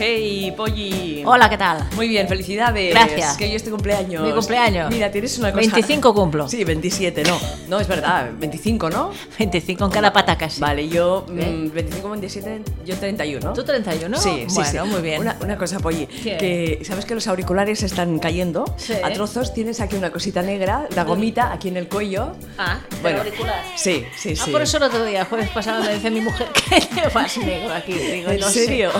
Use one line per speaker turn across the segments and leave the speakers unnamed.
Hey, Polly.
Hola, ¿qué tal?
Muy bien, felicidades.
Gracias.
Que hoy es tu cumpleaños.
Mi cumpleaños.
Mira, tienes una cosa.
25 cumplo.
Sí, 27, no. No, es verdad, 25, ¿no?
25 en cada pata casi. ¿Eh?
Vale, yo mm, 25, 27, yo 31.
¿Tú 31?
Sí, sí,
Bueno,
sí.
muy bien.
Una, una cosa, Polly,
¿Qué?
que sabes que los auriculares están cayendo
Sí.
a trozos. Tienes aquí una cosita negra, la gomita aquí en el cuello.
Ah, el
bueno.
auricular.
Sí, sí,
Ah,
sí.
por eso el otro día, jueves pasado, me dice mi mujer que llevas negro aquí. Digo,
¿En
no sé.
serio?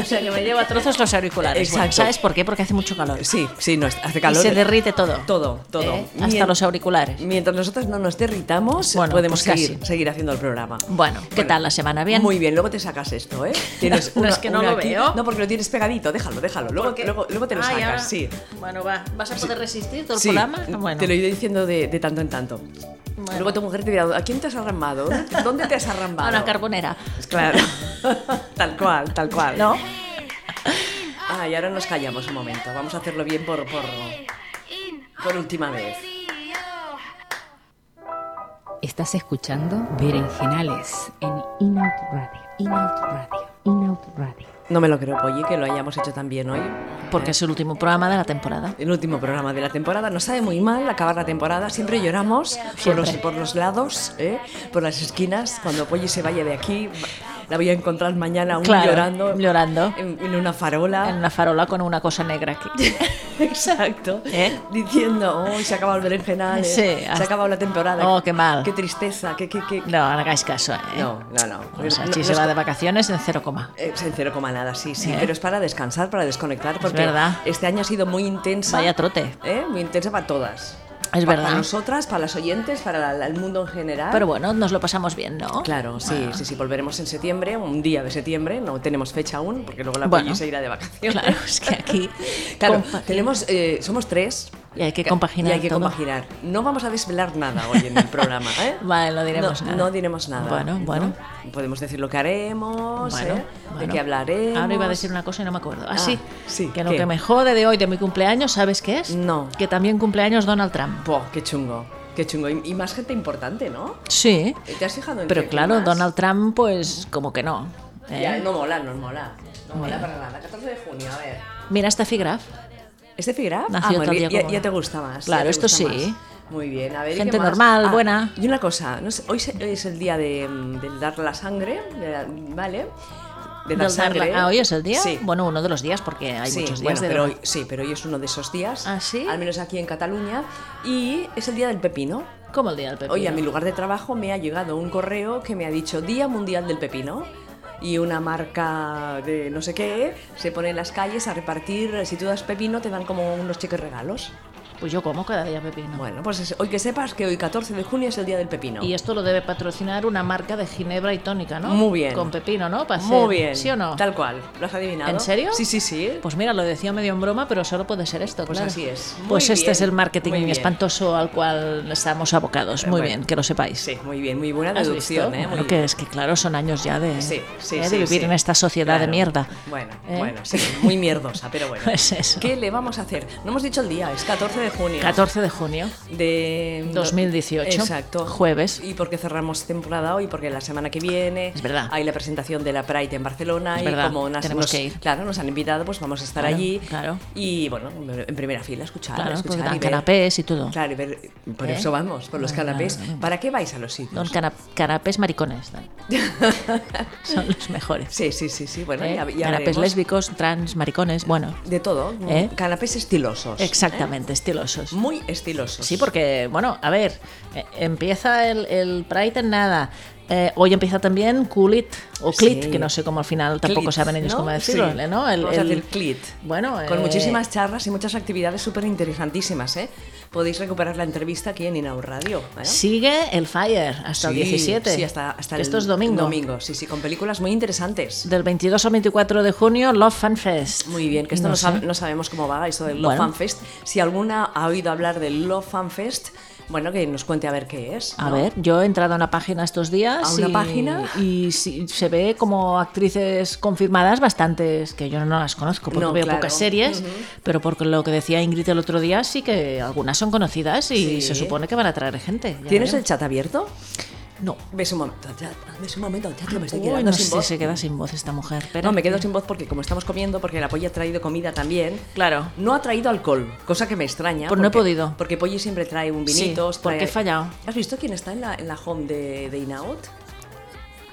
O sea, que me lleva a trozos los auriculares.
Exacto.
Bueno, ¿Sabes por qué? Porque hace mucho calor.
Sí, sí, no, hace
Y
calor.
se derrite todo.
Todo, todo.
¿Eh? Hasta
Mien-
los auriculares.
Mientras nosotros no nos derritamos,
Bueno,
podemos
pues
seguir,
casi.
seguir haciendo el programa.
Bueno, ¿qué tal la semana? ¿Bien?
Muy bien, luego te sacas esto, ¿eh? Tienes
No,
una-
es que no
una
lo
aquí.
veo.
No, porque lo tienes pegadito, déjalo, déjalo. Luego,
Porque-
luego, luego te lo
Ah,
sacas,
ya.
sí.
Bueno, va. ¿Vas a poder resistir todo el
Sí,
programa? Bueno.
Te lo he ido diciendo de, de tanto en tanto.
Bueno.
Luego tu mujer te dirá, ¿a quién te has arrambado? ¿Dónde te has arrambado?
A una carbonera.
Claro, tal cual, tal cual, ¿no? Ah, y ahora nos callamos un momento. Vamos a hacerlo bien por, por, por última vez.
Estás escuchando Berenjenales en Inout Radio. Inout Radio. Inout Radio.
No me lo creo, Polly, que lo hayamos hecho tan bien hoy.
Porque es el último programa de la temporada.
El último programa de la temporada. Nos sabe muy mal acabar la temporada. Siempre lloramos Por, los, por los lados, ¿eh? por las esquinas. Cuando Polly se vaya de aquí, la voy a encontrar mañana aún
Claro,
llorando.
llorando.
En, en una farola.
En una farola con una cosa negra aquí.
Exacto.
¿Eh?
Diciendo, oh, se ha acabado el berenjenal. eh.
Sí,
se ha
hasta-
acabado la temporada.
Oh, qué mal.
Qué tristeza. Qué, qué, qué-
No, no hagáis caso, ¿eh?
No, no, no.
O sea,
No-
si
no
se
es-
va de vacaciones en cero coma.
Eh, Es en cero coma nada, sí, sí,
¿Eh?
pero es para descansar, para desconectar, porque
verdad.
este año ha sido muy intensa.
Vaya trote.
¿eh? Muy intensa para todas.
Es
Pa-
verdad.
Para nosotras, para las oyentes, para la- la- el mundo en general.
Pero bueno, nos lo pasamos bien, ¿no? Ah,
Claro, sí, sí, sí, volveremos en septiembre, un día de septiembre, no tenemos fecha aún, porque luego la
Bueno.
bueno, se irá de vacaciones.
Claro, es que aquí.
Claro,
compa-
tenemos, eh, somos tres.
Y hay que compaginar
Y hay que
todo.
compaginar. No vamos a desvelar nada hoy en el programa, ¿eh?
Vale, no diremos
no,
nada.
No diremos nada.
Bueno,
¿no?
bueno.
Podemos decir lo que haremos,
Bueno,
¿eh? de
bueno.
qué hablaremos.
Ahora iba a decir una cosa y no me acuerdo. Ah,
Ah,
sí.
sí,
Que lo
¿qué?
que me jode de hoy, de mi cumpleaños, ¿sabes qué es?
No.
Que también cumpleaños Donald Trump.
Buah, qué chungo, qué chungo. Y, y más gente importante, ¿no?
Sí.
¿Te has fijado en
Pero
que-
claro,
quién más?
Donald Trump, pues como que no. ¿eh?
Ya, no mola, no mola. No mola
Mira.
para nada. 14 de junio, a ver.
Mira esta Figraf.
¿Este Figraf?
Nació tal día
ya,
como
ya
hoy.
te gusta más.
Claro,
ya te
esto
gusta
sí.
más. Muy bien, a ver. ¿y
Gente
qué más? Ah,
normal, buena.
Y una cosa, no sé, hoy se- hoy es el día de, mm, del dar la sangre, de la- ¿vale? De
Del
dar
dar
sangre.
la- Ah, hoy es el día.
Sí.
Bueno, uno de los días, porque hay
sí,
muchos días
bueno,
de
pero
donar.
hoy, sí, pero hoy es uno de esos días,
¿Ah, sí?
al menos aquí en Cataluña, y es el día del pepino.
¿Cómo el día del pepino?
Hoy a mi lugar de trabajo me ha llegado un correo que me ha dicho Día Mundial del Pepino y una marca de no sé qué se pone en las calles a repartir, si tú das pepino te dan como unos cheques regalos.
Pues yo como cada día pepino.
Bueno, pues es- hoy que sepas que hoy 14 de junio es el Día del Pepino.
Y esto lo debe patrocinar una marca de ginebra y tónica, ¿no?
Muy bien.
Con pepino, ¿no? Para hacer-
Muy bien.
¿Sí o no?
Tal cual, lo has adivinado.
¿En serio?
Sí, sí, sí.
Pues mira, lo decía medio en broma, pero solo puede ser esto,
Pues
claro.
así es. Muy
pues este
bien,
es el marketing
muy bien. Eh,
espantoso al cual estamos abocados. Muy
bueno.
bien, que lo sepáis.
Sí, muy bien, muy buena
¿Has
deducción,
visto?
¿eh? Muy
Bueno, que es que claro, son años ya de,
Sí, sí,
¿eh? de
sí,
vivir
sí.
en esta sociedad de
Claro.
mierda.
Bueno,
¿Eh?
bueno, sí, muy mierdosa, pero bueno.
Pues eso.
¿Qué le vamos a hacer? No hemos dicho el día, es 14 de junio.
14 de junio.
de mm,
2018,
Exacto.
jueves.
Y porque cerramos temporada hoy, porque la semana que viene
Es verdad.
hay la presentación de la Pride en Barcelona
Es
y
verdad,
como nos,
tenemos
nos-
que ir.
Claro, nos han invitado, pues vamos a estar
Claro,
allí.
claro.
Y bueno, en primera fila escuchar,
Claro,
escuchar
porque
y
dan
ver.
canapés y todo.
Claro, y ver- por
¿Eh?
eso vamos, por los
Bueno,
canapés.
bueno, bueno.
¿Para qué vais a los sitios?
Don cana- canapés maricones. dan. Son los mejores.
Sí, sí, sí, sí. Bueno,
¿eh?
ya, ya
canapés
veremos.
lésbicos, trans, maricones, bueno.
De todo.
¿Eh?
Canapés estilosos. ¿eh?
Exactamente, estilosos.
Muy estilosos.
Sí, porque, bueno, a ver, eh, empieza el, el Pride en nada. Eh, hoy empieza también Culit o Clit,
Sí.
que no sé cómo al final tampoco
Clit,
saben ellos
¿no?
cómo decirlo, ¿eh?
Sí.
¿no? El-
Vamos a
el-
decir clit.
Bueno,
Con
eh,
muchísimas charlas y muchas actividades súper interesantísimas, ¿eh? Podéis recuperar la entrevista aquí en Inau Radio. ¿eh?
Sigue el Fire hasta el
Sí,
17.
Sí, hasta, hasta el
Esto es domingo.
Domingo, sí, sí, con películas muy interesantes.
Del 22 al 24 de junio, Love Fan Fest.
Muy bien, que esto no,
sé.
sab- no sabemos cómo va eso del Love
Bueno.
Fan Fest. Si alguna ha oído hablar del Love Fan Fest, bueno, que nos cuente a ver qué es.
A
¿no?
ver, yo he entrado a una página estos días.
¿A una
y,
página?
Y sí, se ve como actrices confirmadas bastantes que yo no las conozco porque
No,
veo
claro.
pocas series, pero por lo que decía Ingrid el otro día, sí que algunas son conocidas y
Sí.
se supone que van a traer gente. ya
¿Tienes el
veremos.
chat abierto?
No.
Ves un momento, ya, ves un momento, ya que me estoy
Uy,
quedando
no
sin
sé,
voz.
se queda sin voz esta mujer. Pero,
No, me quedo sin voz porque como estamos comiendo, porque la Polly ha traído comida también,
Claro.
no ha traído alcohol, cosa que me extraña.
Pues no he
porque-
podido.
Porque Polly siempre trae un
Sí,
vinito. os
porque
trae-
he fallado.
¿Has visto quién está en la, en la home de, de Inaot?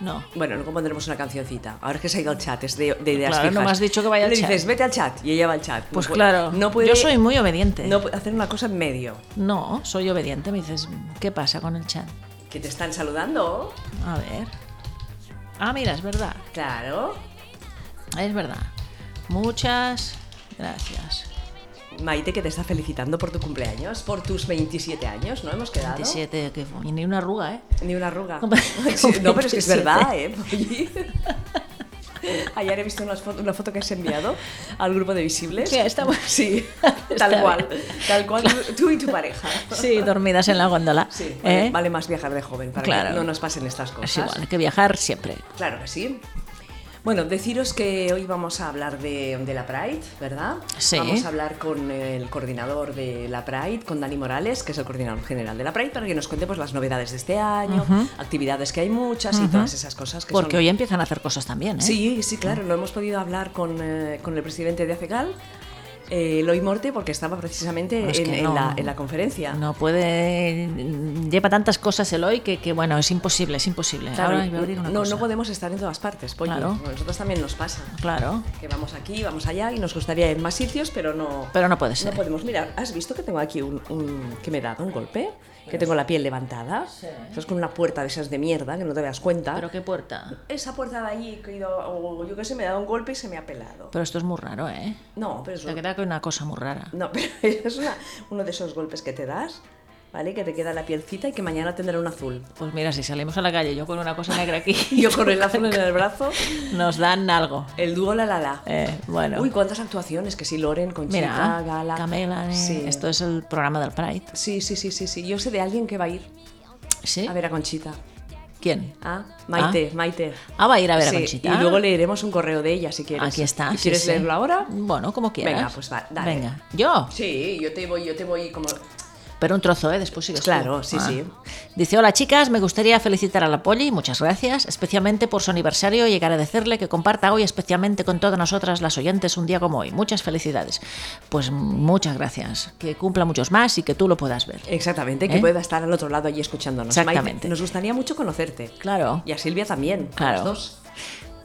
No.
Bueno, luego pondremos una cancioncita. Ahora es que se ha ido al chat, es de, de ideas
Claro,
fijas.
no me has dicho que vaya al
Le
chat.
dices, vete al chat, y ella va al chat.
Pues
No puede-
claro.
no puede,
Yo soy muy obediente.
No puede hacer una cosa en medio.
No, soy obediente. Me dices, ¿qué pasa con el chat?
Que te están saludando,
A ver. Ah, mira, es verdad.
claro.
Es verdad. Muchas gracias.
Maite, que te está felicitando por tu cumpleaños, por tus 27 años, ¿no? Hemos quedado.
27, que fue- ni una arruga, ¿eh?
Ni una arruga.
Como-
Sí, no, pero es que es
27.
verdad, ¿eh? Polly? Ayer he visto unas fo- una foto que has enviado al grupo de visibles.
Sí, estamos-
Sí,
Está
tal
bien.
cual. Tal cual tú- tú y tu pareja.
Sí, dormidas en la góndola.
Sí, vale,
¿eh?
vale más viajar de joven para
Claro.
que no nos pasen estas cosas.
Es igual, hay que viajar siempre.
Claro que sí. Bueno, deciros que hoy vamos a hablar de, de la Pride, ¿verdad?
Sí.
Vamos a hablar con el coordinador de la Pride, con Dani Morales, que es el coordinador general de la Pride, para que nos cuente pues, las novedades de este año, actividades que hay muchas y todas esas cosas que
Porque
son...
hoy empiezan a hacer cosas también, ¿eh?
Sí, sí, claro, lo hemos podido hablar con, eh, con el presidente de ACEGAL, eh, Eloy Morte, porque estaba precisamente
No, es
en,
que
en
no-
la, en la conferencia.
No puede. Lleva tantas cosas el hoy que, que, bueno, es imposible, es imposible.
Claro,
Ahora voy a abrir una
no,
cosa.
no podemos estar en todas partes, Polly.
Claro.
A nosotros también nos pasa.
Claro.
que vamos aquí, vamos allá y nos gustaría ir en más sitios, pero no.
Pero no puede ser.
No podemos. Mira, ¿has visto que tengo aquí un, un- que me he dado un golpe?
Pues
Que tengo la piel levantada. Eso es con una puerta de esas de mierda que no te das cuenta.
Pero qué puerta.
esa puerta de allí, que he ido- o yo qué sé, me he dado un golpe y se me ha pelado.
Pero esto es muy raro, ¿eh?
No, pero es
Te
un-
queda con una cosa muy rara.
no, pero es una- uno de esos golpes que te das, ¿vale? Que te queda la pielcita y que mañana tendrá un azul.
Pues mira, si salimos a la calle yo con una cosa negra aquí,
Yo con el azul en el brazo,
nos dan algo.
el dúo la la la.
Eh, bueno.
Uy, cuántas actuaciones, que si Loren, Conchita,
Mira,
Gala.
Camela, eh,
Sí.
esto es el programa del Pride.
Sí, sí, sí, sí, sí. Yo sé de alguien que va a ir
¿Sí?
a ver a Conchita.
¿Quién?
Ah, Maite, Maite.
Ah, va a ir a ver
Sí,
a Conchita.
Y luego leeremos un correo de ella si quieres.
Aquí está.
¿Y
sí,
¿Quieres
sí.
leerlo ahora?
Bueno, como quieras.
Venga, pues va, dale.
Venga. ¿Yo?
Sí, yo te voy, yo te voy como.
Pero un trozo, ¿eh? Después sigues tú.
Claro, sí, sí.
Dice, hola chicas, me gustaría felicitar a la Poli, muchas gracias, especialmente por su aniversario y agradecerle que comparta hoy especialmente con todas nosotras las oyentes un día como hoy. Muchas felicidades. Pues muchas gracias, que cumpla muchos más y que tú lo puedas ver.
Exactamente, que
¿Eh?
pueda estar al otro lado allí escuchándonos. Maite,
Exactamente.
nos gustaría mucho conocerte.
Claro.
Y a Silvia también. a
Claro.
Los dos.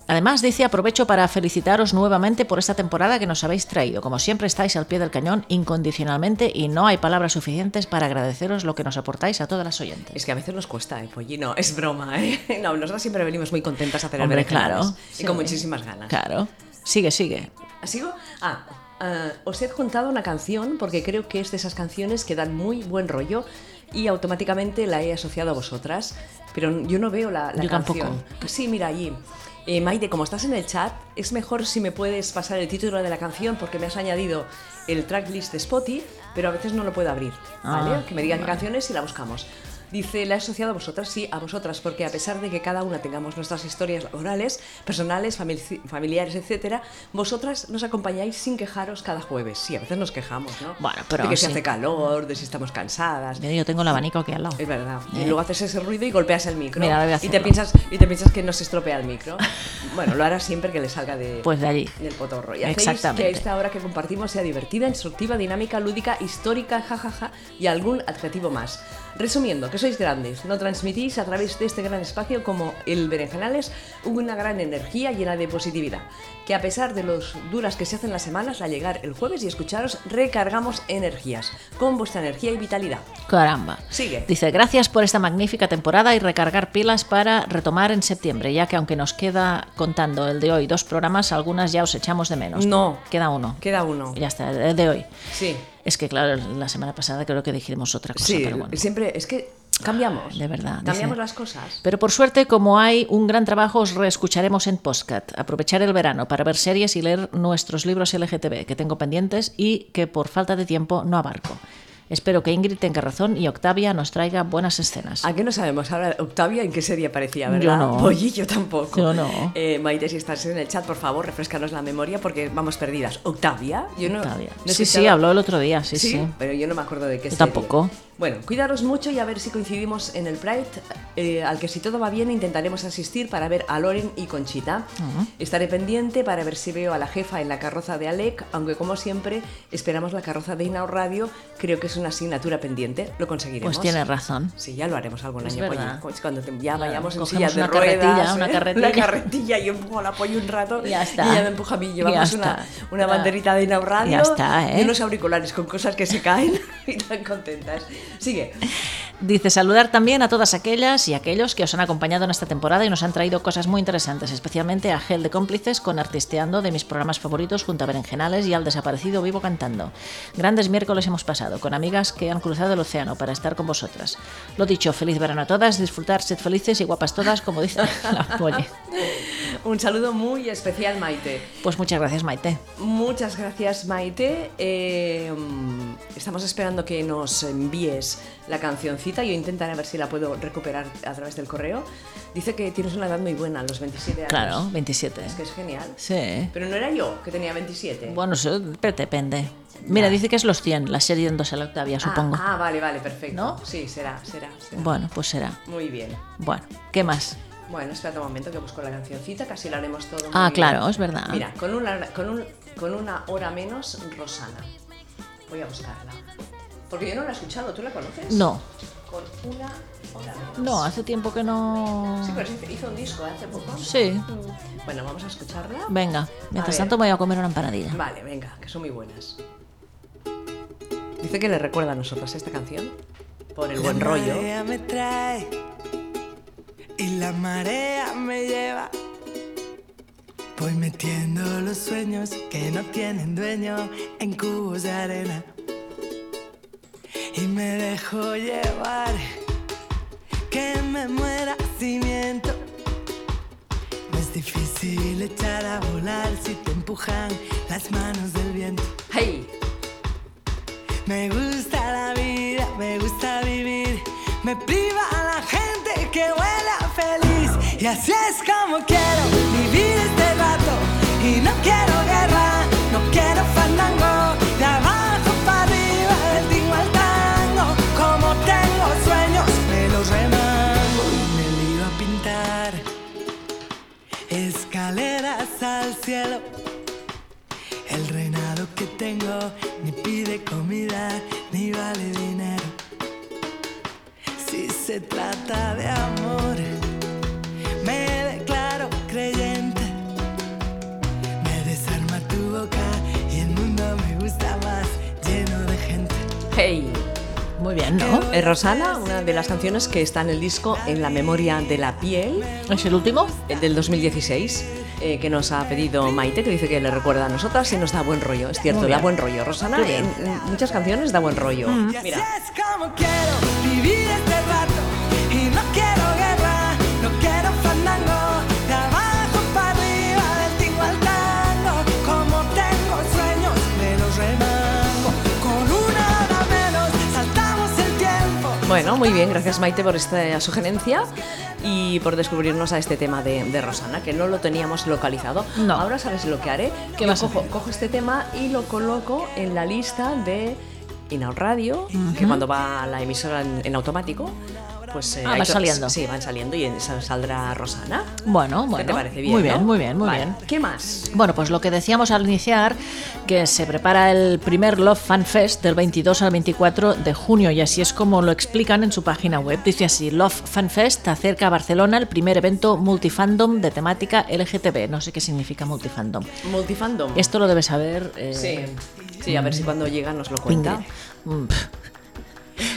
Además, dice, aprovecho para felicitaros nuevamente por esta temporada que nos habéis traído. Como siempre, estáis al pie del cañón incondicionalmente y no hay palabras suficientes para agradeceros lo que nos aportáis a todas las oyentes.
Es que a veces nos cuesta, ¿eh, Polly? No, es broma, ¿eh? No, nosotras siempre venimos muy contentas a hacer
Hombre,
el berenjenales.
claro.
Y con
Sí.
muchísimas ganas.
Claro. Sigue, sigue.
¿Sigo? Ah, ah, os he contado una canción porque creo que es de esas canciones que dan muy buen rollo y automáticamente la he asociado a vosotras, pero yo no veo la, la
Yo tampoco.
canción. Sí, mira allí. Eh, Maite, como estás en el chat, es mejor si me puedes pasar el título de la canción porque me has añadido el tracklist de Spotify, pero a veces no lo puedo abrir. ¿Vale?
Ah,
que me digan qué canciones y la buscamos. Dice, la he asociado a vosotras, sí, a vosotras, porque a pesar de que cada una tengamos nuestras historias laborales, personales, famili- familiares, etcétera, vosotras nos acompañáis sin quejaros cada jueves. Sí, a veces nos quejamos, ¿no?
Bueno, pero
De que
sí.
si hace calor, de si estamos cansadas.
Yo tengo el abanico aquí al lado.
Es verdad.
Eh.
Y luego haces ese ruido y golpeas el micro.
Mira, ahora voy a
y te
hacerlo.
piensas y te piensas que no se estropea el micro. Bueno, lo harás siempre que le salga de
Pues de allí.
del potorro. Y hacéis
Exactamente.
que esta hora que compartimos sea divertida, instructiva, dinámica, lúdica, histórica, jajaja y algún adjetivo más. Resumiendo, que sois grandes, no transmitís a través de este gran espacio como el Berenjenales una gran energía llena de positividad. Que a pesar de los duras que se hacen las semanas, al llegar el jueves y escucharos, recargamos energías con vuestra energía y vitalidad.
Caramba.
Sigue.
Dice, gracias por esta magnífica temporada y recargar pilas para retomar en septiembre, ya que aunque nos queda contando el de hoy dos programas, algunas ya os echamos de menos.
No.
Queda uno.
Queda uno.
Ya está, el de hoy.
Sí,
Es que claro, la semana pasada creo que dijimos otra cosa,
sí,
pero bueno.
siempre es que cambiamos.
De verdad, dice-
Cambiamos las cosas.
Pero por suerte, como hay un gran trabajo, os reescucharemos en podcast. Aprovechar el verano para ver series y leer nuestros libros LGTB que tengo pendientes y que por falta de tiempo no abarco. Espero que Ingrid tenga razón y Octavia nos traiga buenas escenas.
¿A qué no sabemos ahora, Octavia, en qué serie aparecía, verdad?
Yo no.
Oye, yo tampoco.
Yo no.
Eh, Maite, si estás en el chat, por favor, refrescanos la memoria porque vamos perdidas. ¿Octavia? Yo no,
Octavia.
no he
sí, sí,
escuchado-
habló el otro día, sí, sí.
Pero yo no me acuerdo de qué
Yo
serie.
tampoco.
Bueno, cuidaros mucho y a ver si coincidimos en el Pride, eh, al que si todo va bien intentaremos asistir para ver a Loren y Conchita. Estaré pendiente para ver si veo a la jefa en la carroza de Alec, aunque como siempre esperamos la carroza de Inao Radio, creo que es una asignatura pendiente, lo conseguiremos.
Pues tienes razón.
Sí, ya lo haremos algún
Es
año. oye,
verdad.
coño, cuando te- ya
Claro,
vayamos en
cogemos
sillas de
una
ruedas,
carretilla, una
¿eh?
carretilla.
carretilla, yo empujo al apoyo un rato
Ya está.
y ella me empuja a mí.
Ya
Llevamos
está.
una, una
Ya.
banderita de Inao Radio
Ya está, ¿eh?
y unos auriculares con cosas que se caen y tan contentas. Sigue.
Dice saludar también a todas aquellas y aquellos que os han acompañado en esta temporada y nos han traído cosas muy interesantes, especialmente a Gel de Cómplices con Artisteando de mis programas favoritos junto a Berenjenales y al desaparecido Vivo Cantando. Grandes miércoles hemos pasado con amigas que han cruzado el océano para estar con vosotras. Lo dicho, feliz verano a todas, disfrutar, sed felices y guapas todas, como dice la Poli.
Un saludo muy especial, Maite.
Pues muchas gracias, Maite.
Muchas gracias, Maite. Eh, mm, estamos esperando que nos envíes la cancioncita. Yo intentaré a ver si la puedo recuperar a través del correo. Dice que tienes una edad muy buena, los 27 años.
Claro, 27.
Es que es genial.
Sí.
Pero no era yo que tenía 27.
Bueno, eso depende. Mira, dice que es los 100, la serie yéndose a la octavia,
Ah,
supongo.
Ah, vale, vale, perfecto.
¿No?
Sí, será, será. será.
Bueno, pues será.
Muy bien.
Bueno, ¿qué más?
Bueno, espérate un momento que busco la cancioncita, casi la haremos todo.
Ah,
muy bien.
claro, es verdad.
Mira, con una, con, un- con una hora menos, Rosana. Voy a buscarla. Porque yo no la he escuchado, ¿tú la conoces?
No,
Con una hora menos.
no, hace tiempo que no.
Sí, pero hizo- hizo un disco hace poco. Mm.
Sí,
Bueno, vamos a escucharla.
venga. Mientras
ver.
tanto me voy a comer una empanadilla.
Vale, venga, que son muy buenas. Dice que le recuerda a nosotras esta canción. Por el buen rollo.
La marea me trae y la marea me lleva. Voy metiendo los sueños que no tienen dueño en cubos de arena. Y me dejo llevar, que me muera si miento. No es difícil echar a volar si te empujan las manos del viento.
¡Hey!
Me gusta la vida, me gusta vivir. Me priva a la gente que huela feliz. Y así es como quiero vivir este rato. Y no quiero guerra, no quiero fandango. De abajo para arriba, del tingo al tango. Como tengo sueños, me los remango. Y me lío a pintar escaleras al cielo. El reinado que tengo ni pide comida ni vale dinero. Si se trata de amor, me declaro creyente. Me desarma tu boca y el mundo me gusta más lleno de gente.
¡Hey!
Muy bien, ¿no?
Es Eh, Rosana, una de las canciones que está en el disco En la memoria de la piel
¿Es el último?
eh, del 2016, eh, que nos ha pedido Maite, que dice que le recuerda a nosotras y nos da buen rollo. Es cierto, da buen rollo. Rosana, en, en muchas canciones da buen rollo.
Y así
Mira,
es como quiero vivir este rato. Y no quiero guerra, no quiero fandango. De abajo para arriba, del tingo al tango. Como tengo sueños, me los remango. Con una hora menos, saltamos el tiempo.
bueno, muy bien, gracias Maite por esta sugerencia y por descubrirnos a este tema de, de Rosana, que no lo teníamos localizado.
No.
Ahora sabes lo que haré.
¿Qué
Yo
vas a
cojo,
hacer?
cojo este tema y lo coloco en la lista de Inaud Radio, que cuando va a la emisora en, en automático, pues eh,
Ah,
hay
va
to-
saliendo.
Sí, van saliendo y en- sal- saldrá Rosana.
Bueno,
¿Qué
bueno.
te parece bien?
Muy bien,
no?
muy bien, muy
Vale.
bien.
¿Qué más?
Bueno, pues lo que decíamos al iniciar, que se prepara el primer Love Fan Fest del 22 al 24 de junio y así es como lo explican en su página web. Dice así, Love Fan Fest acerca a Barcelona el primer evento multifandom de temática LGTB. No sé qué significa multifandom.
Multifandom.
Esto lo debe saber eh,
Sí. Sí, a ver si cuando llega nos lo cuenta.
Mm, pf.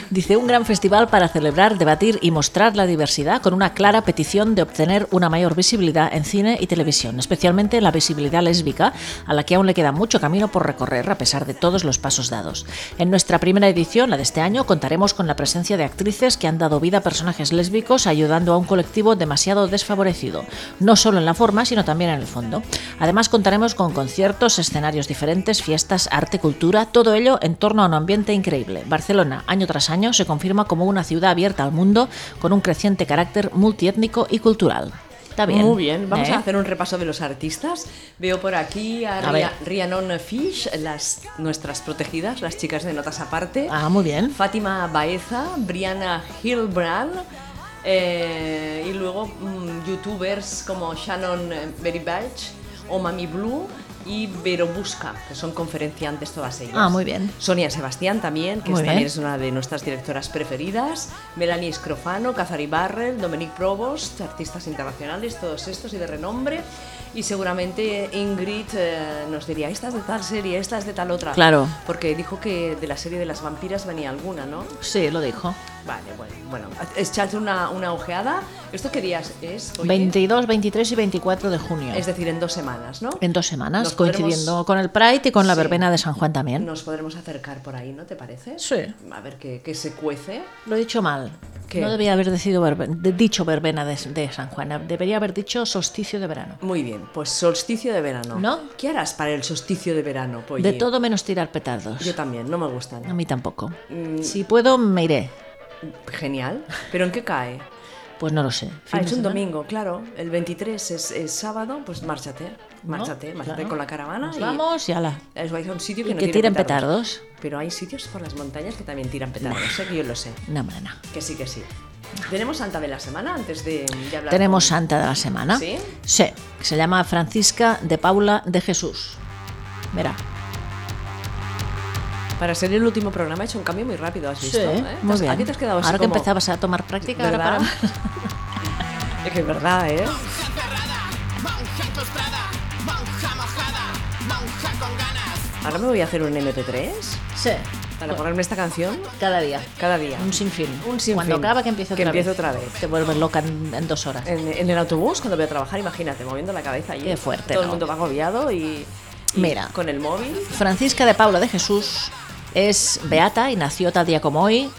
Dice un gran festival para celebrar, debatir y mostrar la diversidad con una clara petición de obtener una mayor visibilidad en cine y televisión, especialmente la visibilidad lésbica, a la que aún le queda mucho camino por recorrer a pesar de todos los pasos dados. En nuestra primera edición, la de este año, contaremos con la presencia de actrices que han dado vida a personajes lésbicos ayudando a un colectivo demasiado desfavorecido, no solo en la forma, sino también en el fondo. Además contaremos con conciertos, escenarios diferentes, fiestas, arte, cultura, todo ello en torno a un ambiente increíble. Barcelona, año tras año, se confirma como una ciudad abierta al mundo con un creciente carácter multiétnico y cultural. Está bien.
Muy bien, vamos
¿Eh?
a hacer un repaso de los artistas. Veo por aquí a,
A ver.
Ria- Rhiannon Fish, las, nuestras protegidas, las chicas de notas aparte.
Ah, muy bien.
Fátima Baeza, Brianna Hillbrand eh, y luego mm, youtubers como Shannon Beribach o Mami Blue y Vero Busca, que son conferenciantes todas ellas.
Ah, muy bien.
Sonia Sebastián también, que
Muy
es-
bien.
también es una de nuestras directoras preferidas. Melanie Scrofano, Cazari Barrel, Dominique Provost, artistas internacionales, todos estos y de renombre. Y seguramente Ingrid eh, nos diría, esta es de tal serie, esta es de tal otra.
Claro.
Porque dijo que de la serie de las vampiras venía alguna, ¿no?
Sí, lo dijo.
Vale, bueno, bueno. Echadle una, una ojeada. ¿Esto qué días es? oye?
22, 23 y 24 de junio.
Es decir, en dos semanas, ¿no?
En dos semanas,
Nos podremos-
coincidiendo con el Pride y con la
Sí.
verbena de San Juan también.
Nos podremos acercar por ahí, ¿no te parece?
Sí.
A ver qué, qué se cuece.
Lo he dicho mal.
¿Qué?
No debía haber decido verbe- de- dicho verbena de, de San Juan. Debería haber dicho solsticio de verano.
Muy bien, pues solsticio de verano.
¿No?
¿Qué harás para el solsticio de verano, Polly?
De todo menos tirar petardos.
Yo también, no me gustan.
A mí tampoco.
Mm.
Si puedo, me iré.
Genial. ¿Pero en qué cae?
Pues no lo sé.
Ah,
Fin de
es un
semana.
domingo, claro. El 23 es, es sábado, pues márchate.
¿No?
Márchate, márchate
Claro.
con la caravana.
Nos
y-
Vamos y ala.
Es vais a un sitio
Y
que no
que
tiene
tiren petardos.
Pero hay sitios por las montañas que también tiran petardos, sé que yo lo sé.
No, hombre, no.
Que sí, que sí. Tenemos Santa de la semana antes de, de hablar.
Tenemos
con-
santa de la semana.
¿Sí?
Sí, que se llama Francisca de Paula de Jesús. Mira,
Para ser el último programa he hecho un cambio muy rápido, ¿has visto? ¿eh? ¿Te
muy
has-
bien.
¿A qué te has quedado así
Ahora que
como-
empezabas a tomar práctica, ahora
¿Verdad?
para-
Es que es verdad, ¿eh?
Monja ferrada, monja postrada, monja mojada, monja con ganas.
Ahora me voy a hacer un MP3
Sí,
para ponerme esta canción
cada día.
cada día.
Un sinfín.
Un sinfín.
Cuando acaba que empiece
Que
otra
empiece
vez.
otra vez.
Te vuelves loca en, en dos horas.
En, en el autobús, cuando voy a trabajar, imagínate, moviendo la cabeza allí.
Qué fuerte,
Todo el
¿no?
mundo va agobiado y. y
Mira.
Con el móvil.
Francisca de Paula de Jesús es beata y nació tal día como hoy.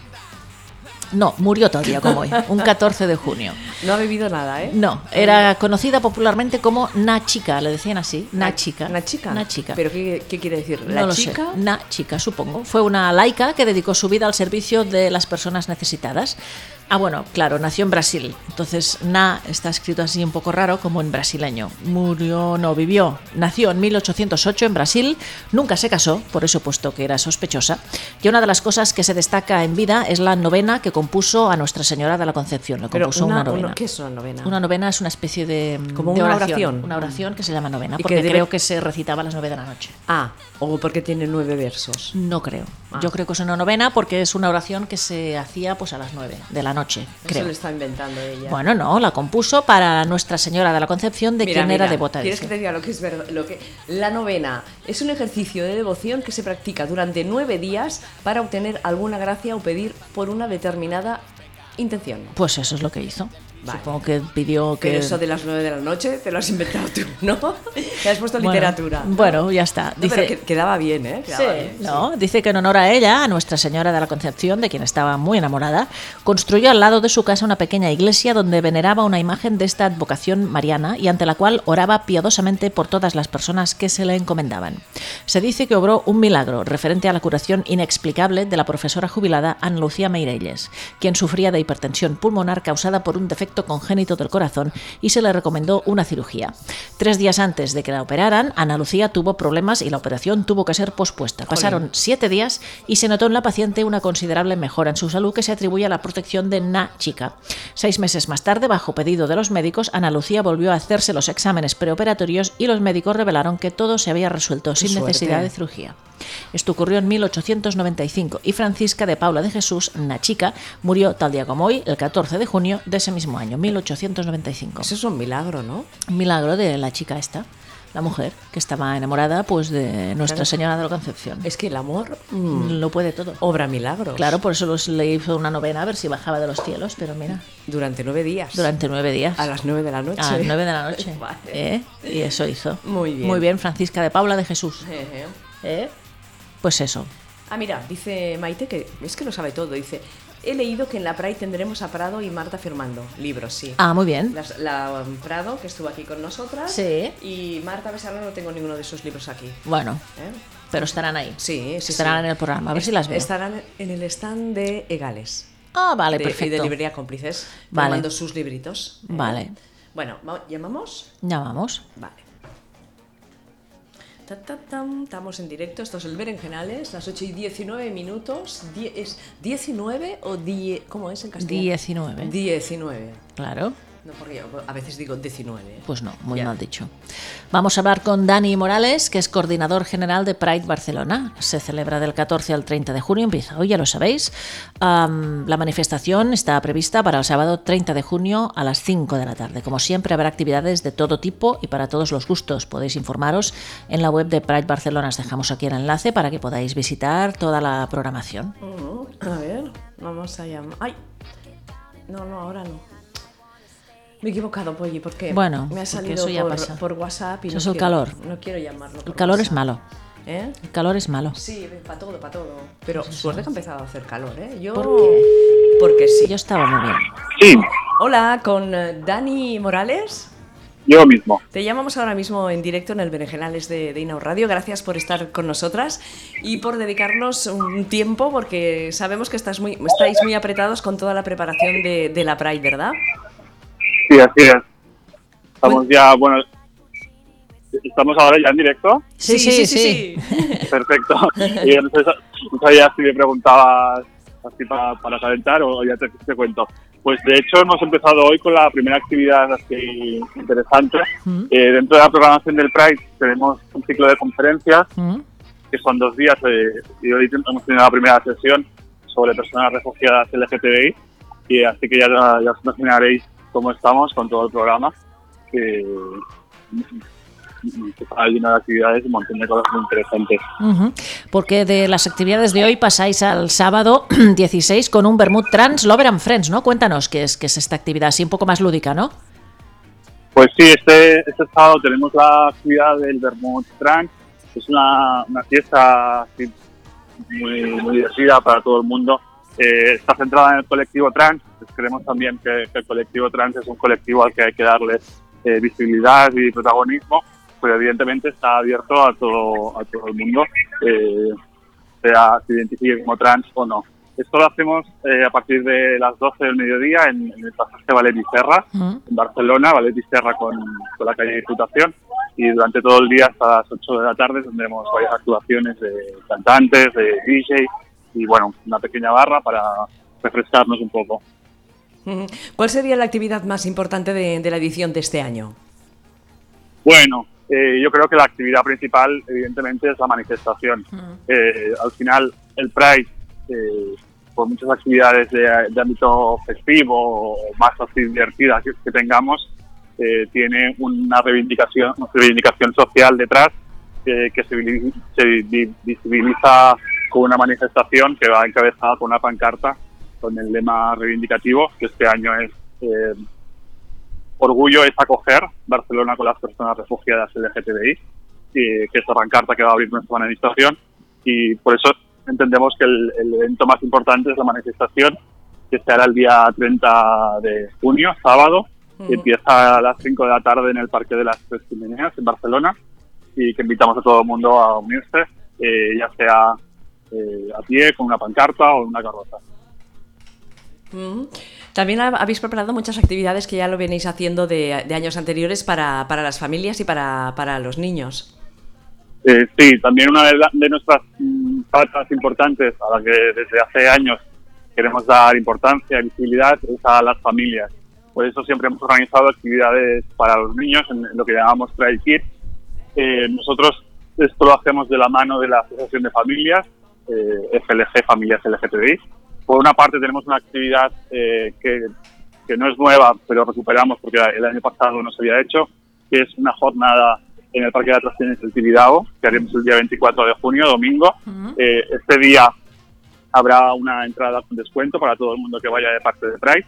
No, murió tal día como hoy, un 14 de junio.
No ha bebido nada, ¿eh?
No, era conocida popularmente como Na Chica, le decían así, Na Chica.
Una chica.
Na Chica.
¿Pero qué, qué quiere decir?
No
¿La
lo sé.
chica?
Una chica, supongo. Fue una laica que dedicó su vida al servicio de las personas necesitadas. Ah, bueno, claro, nació en Brasil. Entonces, na está escrito así un poco raro, como en brasileño. Murió, no vivió. Nació en 1808 en Brasil. Nunca se casó, por eso he puesto que era sospechosa. Y una de las cosas que se destaca en vida es la novena que compuso a Nuestra Señora de la Concepción. Le
Pero
compuso una,
una- una-
novena.
¿qué es una novena?
Una novena es una especie de.
Como
de
una
oración,
oración.
Una oración que se llama novena,
que
porque
debe-
creo que se recitaba a las nueve de la noche.
Ah, o porque tiene nueve versos.
No creo.
Ah.
Yo creo que es una novena porque es una oración que se hacía pues a las 9 de la noche, creo.
Eso lo está inventando ella.
Bueno, no, la compuso para Nuestra Señora de la Concepción, de
Mira,
quien era
mira,
devota.
¿Quieres que
dice.
te diga lo que es verdad? Lo que... La novena es un ejercicio de devoción que se practica durante nueve días para obtener alguna gracia o pedir por una determinada intención.
Pues eso es lo que hizo.
Vale.
Supongo que pidió que...
Pero eso de las nueve de la noche te lo has inventado tú, ¿no? Te has puesto
Bueno,
literatura.
Bueno, ya está.
No, pero
Dice,
que- quedaba bien, ¿eh? Quedaba
Sí,
bien,
¿no? Dice que en honor a ella, a Nuestra Señora de la Concepción, de quien estaba muy enamorada, construyó al lado de su casa una pequeña iglesia donde veneraba una imagen de esta advocación mariana y ante la cual oraba piadosamente por todas las personas que se le encomendaban. Se dice que obró un milagro referente a la curación inexplicable de la profesora jubilada Ana Lucía Meirelles, quien sufría de hipertensión pulmonar causada por un defecto congénito del corazón y se le recomendó una cirugía. Tres días antes de que la operaran, Ana Lucía tuvo problemas y la operación tuvo que ser pospuesta. Pasaron siete días y se notó en la paciente una considerable mejora en su salud que se atribuye a la protección de Na Chica. Seis meses más tarde, bajo pedido de los médicos, Ana Lucía volvió a hacerse los exámenes preoperatorios y los médicos revelaron que todo se había resuelto sin
suerte.
necesidad de cirugía. Esto ocurrió en 1895 y Francisca de Paula de Jesús, Na Chica, murió tal día como hoy, el 14 de junio de ese mismo año, 1895
Eso es un milagro, ¿no?
milagro de la chica esta, la mujer que estaba enamorada pues de Nuestra
Claro.
Señora de la Concepción.
Es que el amor mm,
Lo puede todo.
obra milagros.
Claro, por eso los- le hizo una novena a ver si bajaba de los cielos, pero mira,
Durante nueve días.
durante nueve días.
A las nueve de la noche.
A las nueve de la noche.
Vale.
¿eh? Y eso hizo.
Muy bien.
Muy bien, Francisca de Paula de Jesús.
Ejé.
¿eh? Pues eso.
Ah, mira, dice Maite que es que lo sabe todo. Dice, he leído que en la Pride tendremos a Prado y Marta firmando libros, sí.
Ah, muy bien.
Las- la um, Prado, que estuvo aquí con nosotras.
Sí.
Y Marta Besarra no tengo ninguno de sus libros aquí.
Bueno,
¿eh?
pero estarán ahí.
Sí, sí,
Estarán
sí.
en el programa, a ver si las veo.
Estarán en el stand de Egales.
Ah, vale,
de, y
perfecto.
de librería cómplices.
Vale.
Tomando sus libritos. ¿eh?
Vale.
Bueno, va- ¿llamamos?
Llamamos.
Vale. Ta, ta, tam, estamos en directo, esto es el Berenjenales, las 8 y 19 minutos. Die- ¿Es 19 o 10? ¿Cómo es en castellano?
19.
19.
Claro.
No, porque yo a veces digo 19.
Pues no, muy
Ya.
mal dicho. Vamos a hablar con Dani Morales, que es coordinador general de Pride Barcelona. Se celebra del 14 al 30 de junio, empieza hoy, ya lo sabéis. Am, la manifestación está prevista para el sábado 30 de junio a las 5 de la tarde. Como siempre, habrá actividades de todo tipo y para todos los gustos. Podéis informaros en la web de Pride Barcelona. Os dejamos aquí el enlace para que podáis visitar toda la programación.
Ujú, Mm, A ver, vamos a llamar. ¡Ay! No, no, ahora no. Me he equivocado, Polly, porque me
Bueno,
ha
porque
salido
eso ya
por,
pasa.
por WhatsApp y
Eso
no
es el
quiero-
calor.
No quiero llamarlo.
El calor es malo.
¿Eh?
El calor es malo.
Sí, para todo, para todo. Pero suerte que ha empezado a hacer calor, ¿eh? Yo... ¿Por qué? Porque sí.
Yo estaba muy bien.
Sí,
Hola, con eh, Dani Morales.
yo mismo.
Te llamamos ahora mismo en directo en el Berenjenales de, de Inau Radio. Gracias por estar con nosotras y por dedicarnos un tiempo, porque sabemos que estás muy, estáis muy apretados con toda la preparación de, de la Pride, ¿verdad?
Sí, así es. Estamos ya, bueno, estamos ahora ya en directo.
Sí, sí, sí.
Perfecto. Y yo no sé no sabía si me preguntabas así pa- para calentar o ya te, te cuento. Pues de hecho hemos empezado hoy con la primera actividad así interesante. Eh, dentro de la programación del Pride tenemos un ciclo de conferencias
Mm,
que son dos días eh, y hoy hemos tenido la primera sesión sobre personas refugiadas LGTBI y así que ya, ya os imaginaréis cómo estamos con todo el programa que, que está lleno de actividades y un montón de cosas muy interesantes.
ujú. Porque de las actividades de hoy pasáis al sábado 16 con un Bermud Trans Lover and Friends, ¿no? Cuéntanos qué es, qué es esta actividad, así un poco más lúdica, ¿no?
Pues sí, este, este sábado tenemos la actividad del Vermouth Trunk. Es una, una fiesta así muy, muy divertida para todo el mundo. Eh, está centrada en el colectivo trans. Pues creemos también que, que el colectivo trans es un colectivo al que hay que darle eh, visibilidad y protagonismo, pero evidentemente está abierto a todo, a todo el mundo, eh, sea se identifique como trans o no. Esto lo hacemos eh, a partir de las 12 del mediodía en, en el pasaje Valeri Serra
Mm,
en Barcelona, Valet y Serra con, con la calle Diputación. Y durante todo el día hasta las 8 de la tarde tendremos varias actuaciones de cantantes, de DJ y bueno, una pequeña barra para refrescarnos un poco.
Ujú. ¿Cuál sería la actividad más importante de, de la edición de este año?
Bueno, eh, yo creo que la actividad principal, evidentemente, es la manifestación. Eh, al final, el Pride, eh, por muchas actividades de, de ámbito festivo o más así divertidas que, que tengamos, eh, tiene una reivindicación, una reivindicación social detrás eh, que se, vi- se vi- visibiliza con una manifestación que va encabezada con una pancarta con el lema reivindicativo, que este año es eh, Orgullo es acoger Barcelona con las personas refugiadas LGTBI, eh, que es la pancarta que va a abrir nuestra manifestación. Y por eso entendemos que el, el evento más importante es la manifestación, que se hará el día 30 de junio, sábado, que empieza a las 5 de la tarde en el Parque de las Tres Chimeneas, en Barcelona, y que invitamos a todo el mundo a unirse, eh, ya sea eh, a pie, con una pancarta o en una carroza.
Ujú. También ha- habéis preparado muchas actividades que ya lo venís haciendo de, de años anteriores para, para las familias y para, para los niños.
Eh, sí, también una de, la- de nuestras mm, patas importantes a la que desde hace años queremos dar importancia y visibilidad es a las familias. Por eso siempre hemos organizado actividades para los niños en lo que llamamos Trail Kids. Eh, nosotros esto lo hacemos de la mano de la Asociación de Familias, eh, FLG, Familias LGTBI. Por una parte tenemos una actividad eh, que, que no es nueva, pero recuperamos porque el año pasado no se había hecho, que es una jornada en el Parque de Atracciones del Tibidabo, que haremos el día 24 de junio, domingo. Eh, este día habrá una entrada con descuento para todo el mundo que vaya de parte de Pride.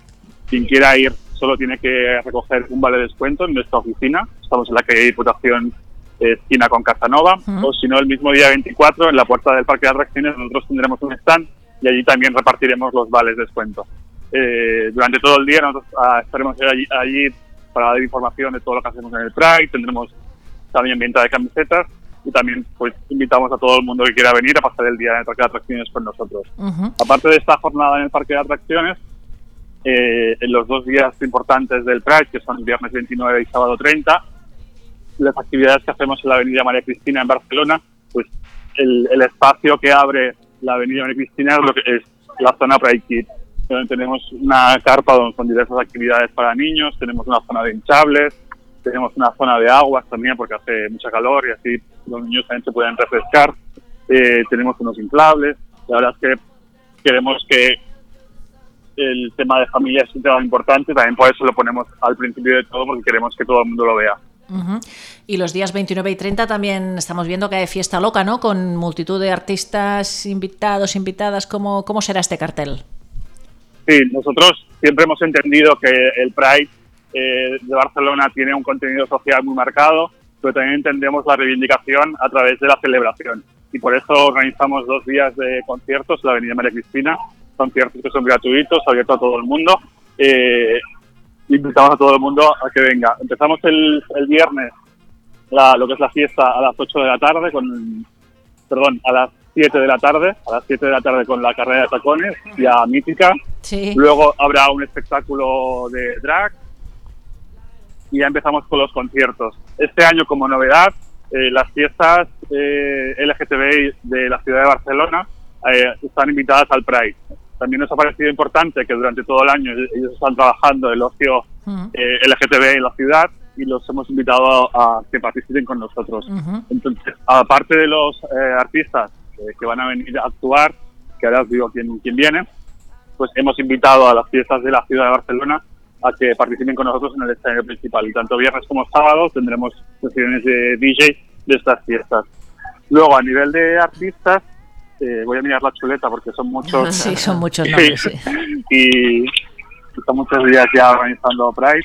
Quien quiera ir solo tiene que recoger un vale de descuento en nuestra oficina. Estamos en la calle Diputación eh, esquina con Casanova. O si no, el mismo día 24, en la puerta del Parque de Atracciones, nosotros tendremos un stand y allí también repartiremos los vales de descuento. Eh, durante todo el día nosotros ah, estaremos allí, allí para dar información de todo lo que hacemos en el Pride. Tendremos también venta de camisetas y también pues invitamos a todo el mundo que quiera venir a pasar el día en el parque de atracciones con nosotros.
ujú.
Aparte de esta jornada en el parque de atracciones, eh, en los dos días importantes del Pride, que son el viernes 29 y sábado 30, las actividades que hacemos en la Avenida María Cristina en Barcelona, pues el, el espacio que abre la Avenida María Cristina es, lo que es la zona Pride Kids, donde tenemos una carpa donde con diversas actividades para niños, tenemos una zona de hinchables, tenemos una zona de aguas también porque hace mucha calor y así los niños también se pueden refrescar, eh, tenemos unos inflables, la verdad es que queremos que el tema de familia es un tema importante, también por eso lo ponemos al principio de todo porque queremos que todo el mundo lo vea.
Ujú. Y los días 29 y 30 también estamos viendo que hay fiesta loca, ¿no? Con multitud de artistas invitados, invitadas. ¿Cómo, cómo será este cartel?
Sí, nosotros siempre hemos entendido que el Pride eh, de Barcelona tiene un contenido social muy marcado, pero también entendemos la reivindicación a través de la celebración. Y por eso organizamos dos días de conciertos en la Avenida María Cristina, conciertos que son gratuitos, abiertos a todo el mundo. Eh, invitamos a todo el mundo a que venga. Empezamos el, el viernes la- lo que es la fiesta a las 8 de la tarde, con, perdón, a las 7 de la tarde, a las 7 de la tarde con la carrera de tacones, ya mítica,
Sí.
Luego habrá un espectáculo de drag y ya empezamos con los conciertos. Este año, como novedad, eh, las fiestas eh, LGTBI de la ciudad de Barcelona eh, están invitadas al Pride. También nos ha parecido importante que durante todo el año ellos están trabajando el ocio
Ujú.
eh, LGTBI en la ciudad y los hemos invitado a, a que participen con nosotros.
Ujú.
Entonces, aparte de los eh, artistas eh, que van a venir a actuar, que ahora os digo quién, quién viene, pues hemos invitado a las fiestas de la ciudad de Barcelona a que participen con nosotros en el escenario principal. Y tanto viernes como sábado tendremos sesiones de DJ de estas fiestas. Luego, a nivel de artistas, eh, voy a mirar la chuleta porque son muchos.
Sí, son muchos nombres. sí.
y son muchos días ya organizando Pride.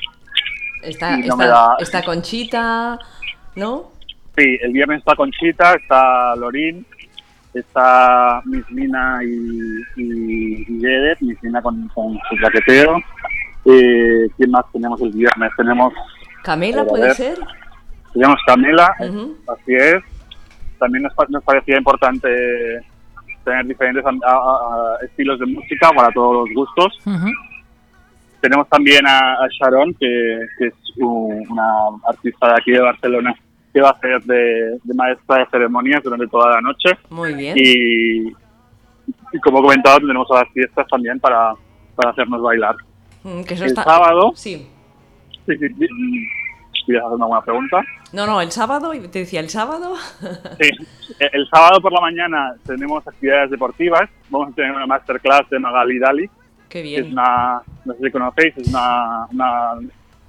Está,
Y no me
está-
da-
está Conchita, ¿no?
Sí, el viernes está Conchita, está Lorín, está Miss Nina y, y, y Yedder, Miss Nina con, con su plaqueteo. Eh, ¿Quién más tenemos el viernes? Tenemos,
Camela
Pero a
puede
ver.
ser.
tenemos Camila,
Ujú.
así es. También nos, pa- nos parecía importante tener diferentes am- a- a- a estilos de música para todos los gustos.
Ujú.
Tenemos también a, a Sharon, que, que es u- una artista de aquí de Barcelona, que va a ser de, de maestra de ceremonias durante toda la noche.
Muy bien.
Y, y como he comentado, tendremos a las fiestas también para, para hacernos bailar.
Mm, que eso
El
está-
sábado,
Sí.
sí, sí, sí, mm, voy a hacer una buena pregunta.
No, no, el sábado, y te decía el sábado.
Sí, eh, el sábado por la mañana tenemos actividades deportivas. Vamos a tener una masterclass de Magali Dali,
Qué
que es
bien.
una, no sé si conocéis, es una, una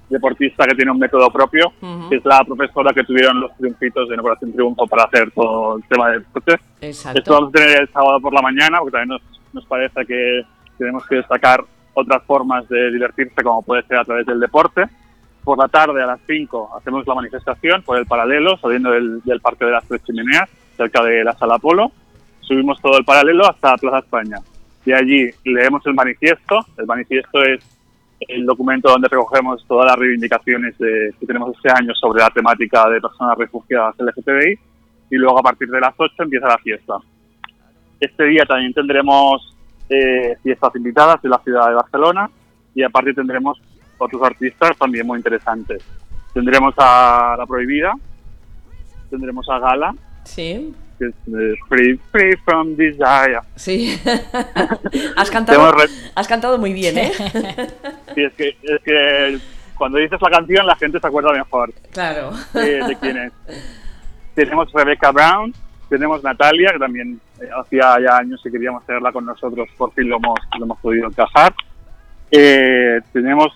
deportista que tiene un método propio,
Ujú.
que es la profesora que tuvieron los triunfitos de Operación Triunfo para hacer todo el tema del deporte. Esto
Exacto.
vamos a tener el sábado por la mañana, porque también nos, nos parece que tenemos que destacar otras formas de divertirse, como puede ser a través del deporte. Por la tarde, a las 5, hacemos la manifestación por el paralelo, saliendo del, del Parque de las Tres Chimeneas, cerca de la Sala Polo. Subimos todo el paralelo hasta Plaza España. Y allí leemos el manifiesto. El manifiesto es el documento donde recogemos todas las reivindicaciones de- que tenemos este año sobre la temática de personas refugiadas LGTBI y luego a partir de las 8 empieza la fiesta. Este día también tendremos eh, fiestas invitadas en la ciudad de Barcelona y aparte tendremos otros artistas también muy interesantes. Tendremos a La Prohibida, tendremos a Gala,
Sí.
que es eh, Free, free from Desire.
Sí. has,
Tenemos
cantado,
re-
has cantado muy bien, ¿eh?
sí, es, que, es que cuando dices la canción la gente se acuerda mejor.
claro.
eh, de quién es. Tenemos Rebecca Brown, tenemos Natalia, que también eh, hacía ya años que queríamos tenerla con nosotros, por fin lo hemos, lo hemos podido encajar. Eh, tenemos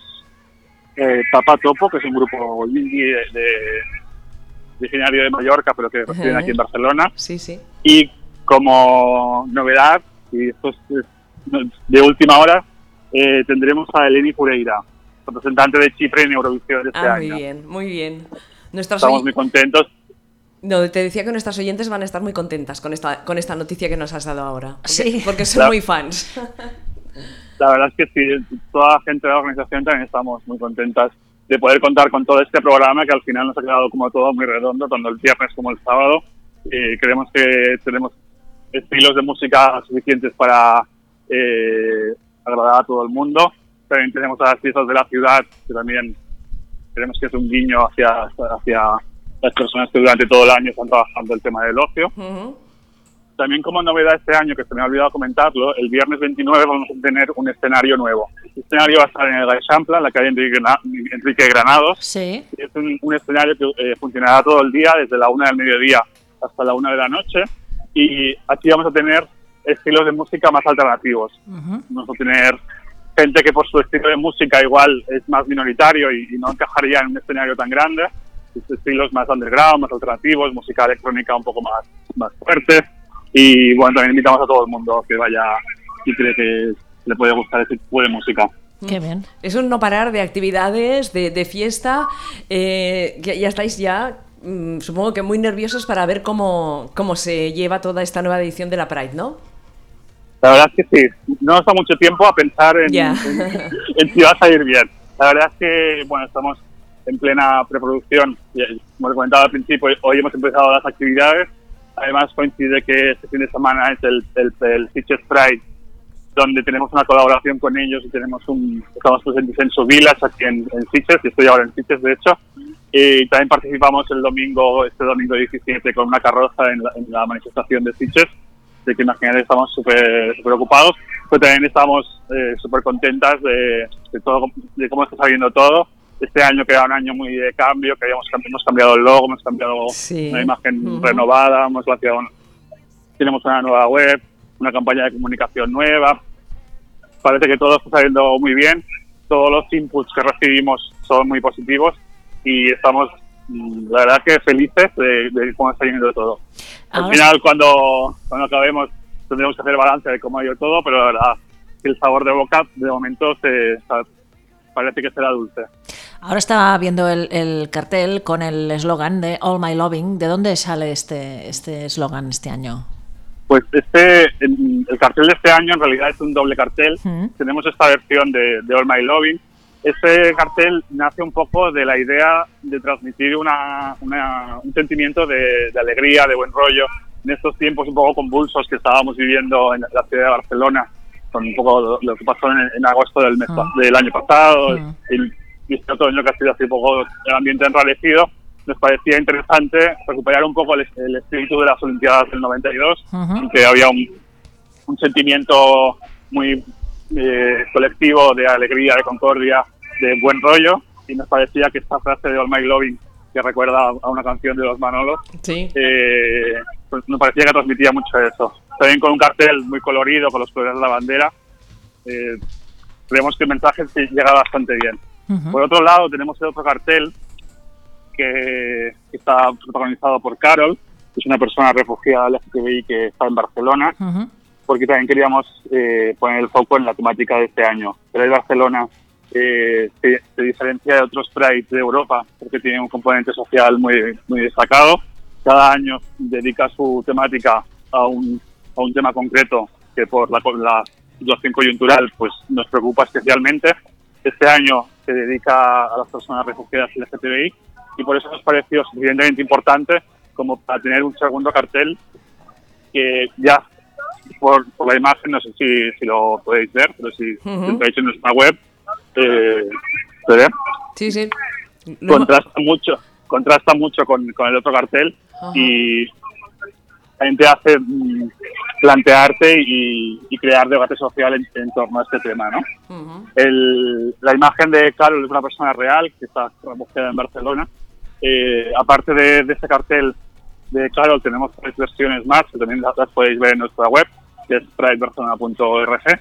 eh, Papá Topo, que es un grupo indie de, de- originario de Mallorca, pero que residen aquí en Barcelona.
Sí, sí.
Y como novedad, y esto es, es de última hora, eh, tendremos a Eleni Fureira, representante de Chipre en Eurovisión de este
Ah, muy
año.
bien, muy bien. Nuestras
Estamos
oy-
muy contentos
No, te decía que nuestras oyentes van a estar muy contentas con esta, con esta noticia que nos has dado ahora. Porque,
Sí.
Porque son
Claro.
muy fans.
La verdad es que sí, toda la gente de la organización también estamos muy contentas de poder contar con todo este programa que al final nos ha quedado como todo muy redondo, tanto el viernes como el sábado. Eh, creemos que tenemos estilos de música suficientes para eh, agradar a todo el mundo También tenemos a las fiestas de la ciudad, que también creemos que es un guiño hacia, hacia las personas que durante todo el año están trabajando el tema del ocio.
Ujú.
También como novedad este año, que se me ha olvidado comentarlo, el viernes 29 vamos a tener un escenario nuevo. El escenario va a estar en el Gaixampla, en la calle Enrique Grana- Enrique Granados,
Sí.
es un, un escenario que eh, funcionará todo el día, desde la una del mediodía hasta la una de la noche. Y aquí vamos a tener estilos de música más alternativos. Vamos a tener gente que por su estilo de música igual es más minoritario y, y no encajaría en un escenario tan grande. Sus estilos más underground, más alternativos, música electrónica un poco más, más fuerte. Y bueno, también invitamos a todo el mundo que vaya y cree que le puede gustar ese tipo de música.
Qué bien.
Es un no parar de actividades, de, de fiesta. eh, ya, ya estáis ya, mm, supongo que muy nerviosos para ver cómo, cómo se lleva toda esta nueva edición de la Pride, ¿no?
La verdad es que sí, no nos da mucho tiempo a pensar en,
Ya.
en- en si va a salir bien. La verdad es que, bueno, estamos en plena preproducción. Y, eh, Como he comentado al principio, hoy hemos empezado las actividades. Además, coincide que este fin de semana es el, el, el Teacher's Pride, donde tenemos una colaboración con ellos y tenemos un, estamos presentes en su village aquí en, en Sitges, y estoy ahora en Sitges, de hecho. Y también participamos el domingo, este domingo 17, con una carroza en la, en la manifestación de Sitges de que imaginar estamos súper súper ocupados, pero también estamos eh, súper contentas de, de todo, de cómo está saliendo todo. Este año que era un año muy de cambio, que habíamos cambi- hemos cambiado el logo, hemos cambiado
Sí.
una imagen
Ujú.
renovada, hemos lanzado, un- tenemos una nueva web, una campaña de comunicación nueva. Parece que todo está saliendo muy bien, todos los inputs que recibimos son muy positivos y estamos, mm, la verdad, que felices de, de cómo está yendo todo. Al
Ahora-
final, cuando, cuando acabemos, tendremos que hacer balance de cómo ha ido todo, pero la verdad, que el sabor de boca, de momento, se, está- parece que será dulce.
Ahora estaba viendo el, el cartel con el eslogan de All My Loving. ¿De dónde sale este este eslogan este, año?
Pues este, en- el cartel de este año en realidad es un doble cartel.
Mm.
Tenemos esta versión de, de All My Loving. Este cartel nace un poco de la idea de transmitir una, una- un sentimiento de, de alegría, de buen rollo, en estos tiempos un poco convulsos que estábamos viviendo en la ciudad de Barcelona, con un poco lo, lo que pasó en, en agosto del, mes, pa- del año pasado,
Mm.
el- y este otoño que ha sido así un poco el ambiente enrarecido, nos parecía interesante recuperar un poco el, el espíritu de las Olimpiadas del 92,
Ujú.
en que había un, un sentimiento muy eh, colectivo de alegría, de concordia, de buen rollo, y nos parecía que esta frase de All My Loving, que recuerda a una canción de los Manolos,
Sí.
eh, pues me parecía que transmitía mucho eso. También con un cartel muy colorido, con los colores de la bandera, eh, creemos que el mensaje sí llega bastante bien.
Ujú.
Por otro lado, tenemos el otro cartel que, que está protagonizado por Carol, que es una persona refugiada LGTBI que está en Barcelona,
Ujú.
porque también queríamos eh, poner el foco en la temática de este año. El de Barcelona eh, se, se diferencia de otros prides de Europa porque tiene un componente social muy, muy destacado. Cada año dedica su temática a un, a un tema concreto que por la, con la situación coyuntural pues nos preocupa especialmente. Este año se dedica a las personas refugiadas LGTBI y por eso nos pareció suficientemente importante como para tener un segundo cartel que ya por, por la imagen, no sé si, si lo podéis ver, pero si si
Ujú.
entráis en nuestra web, eh, se ve.
Sí, sí. Lo hemos-
Contrasta mucho, contrasta mucho con, con el otro cartel
Ajá.
y también te hace mm, plantearte y, y crear debate social en, en torno a este tema, ¿no?
Ujú.
El- la imagen de Carol es una persona real que está refugiada en Barcelona. Eh, aparte de, de este cartel de Carol, tenemos tres versiones más que también las, las podéis ver en nuestra web, que es pridebarcelona.org,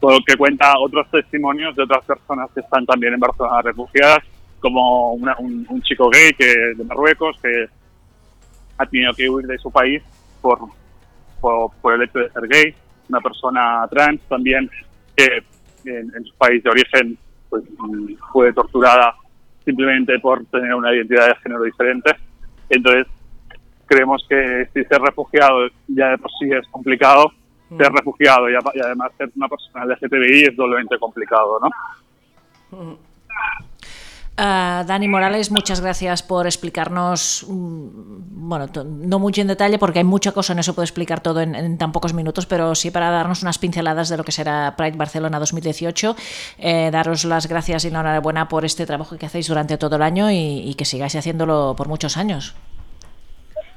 con lo que cuenta otros testimonios de otras personas que están también en Barcelona refugiadas, como una- un, un chico gay que, de Marruecos que ha tenido que huir de su país por, por, por el hecho de ser gay, una persona trans también que en, en su país de origen pues, mm, fue torturada simplemente por tener una identidad de género diferente. Entonces, creemos que si ser refugiado ya de por sí es complicado, ser refugiado y, apa- y además ser una persona LGTBI es doblemente complicado, ¿no?
Ah, Dani Morales, muchas gracias por explicarnos, mm, bueno, to- no mucho en detalle porque hay mucha cosa, no se puede explicar todo en, en tan pocos minutos, pero sí para darnos unas pinceladas de lo que será Pride Barcelona 2018. Eh, daros las gracias y la enhorabuena por este trabajo que hacéis durante todo el año y, y que sigáis haciéndolo por muchos años.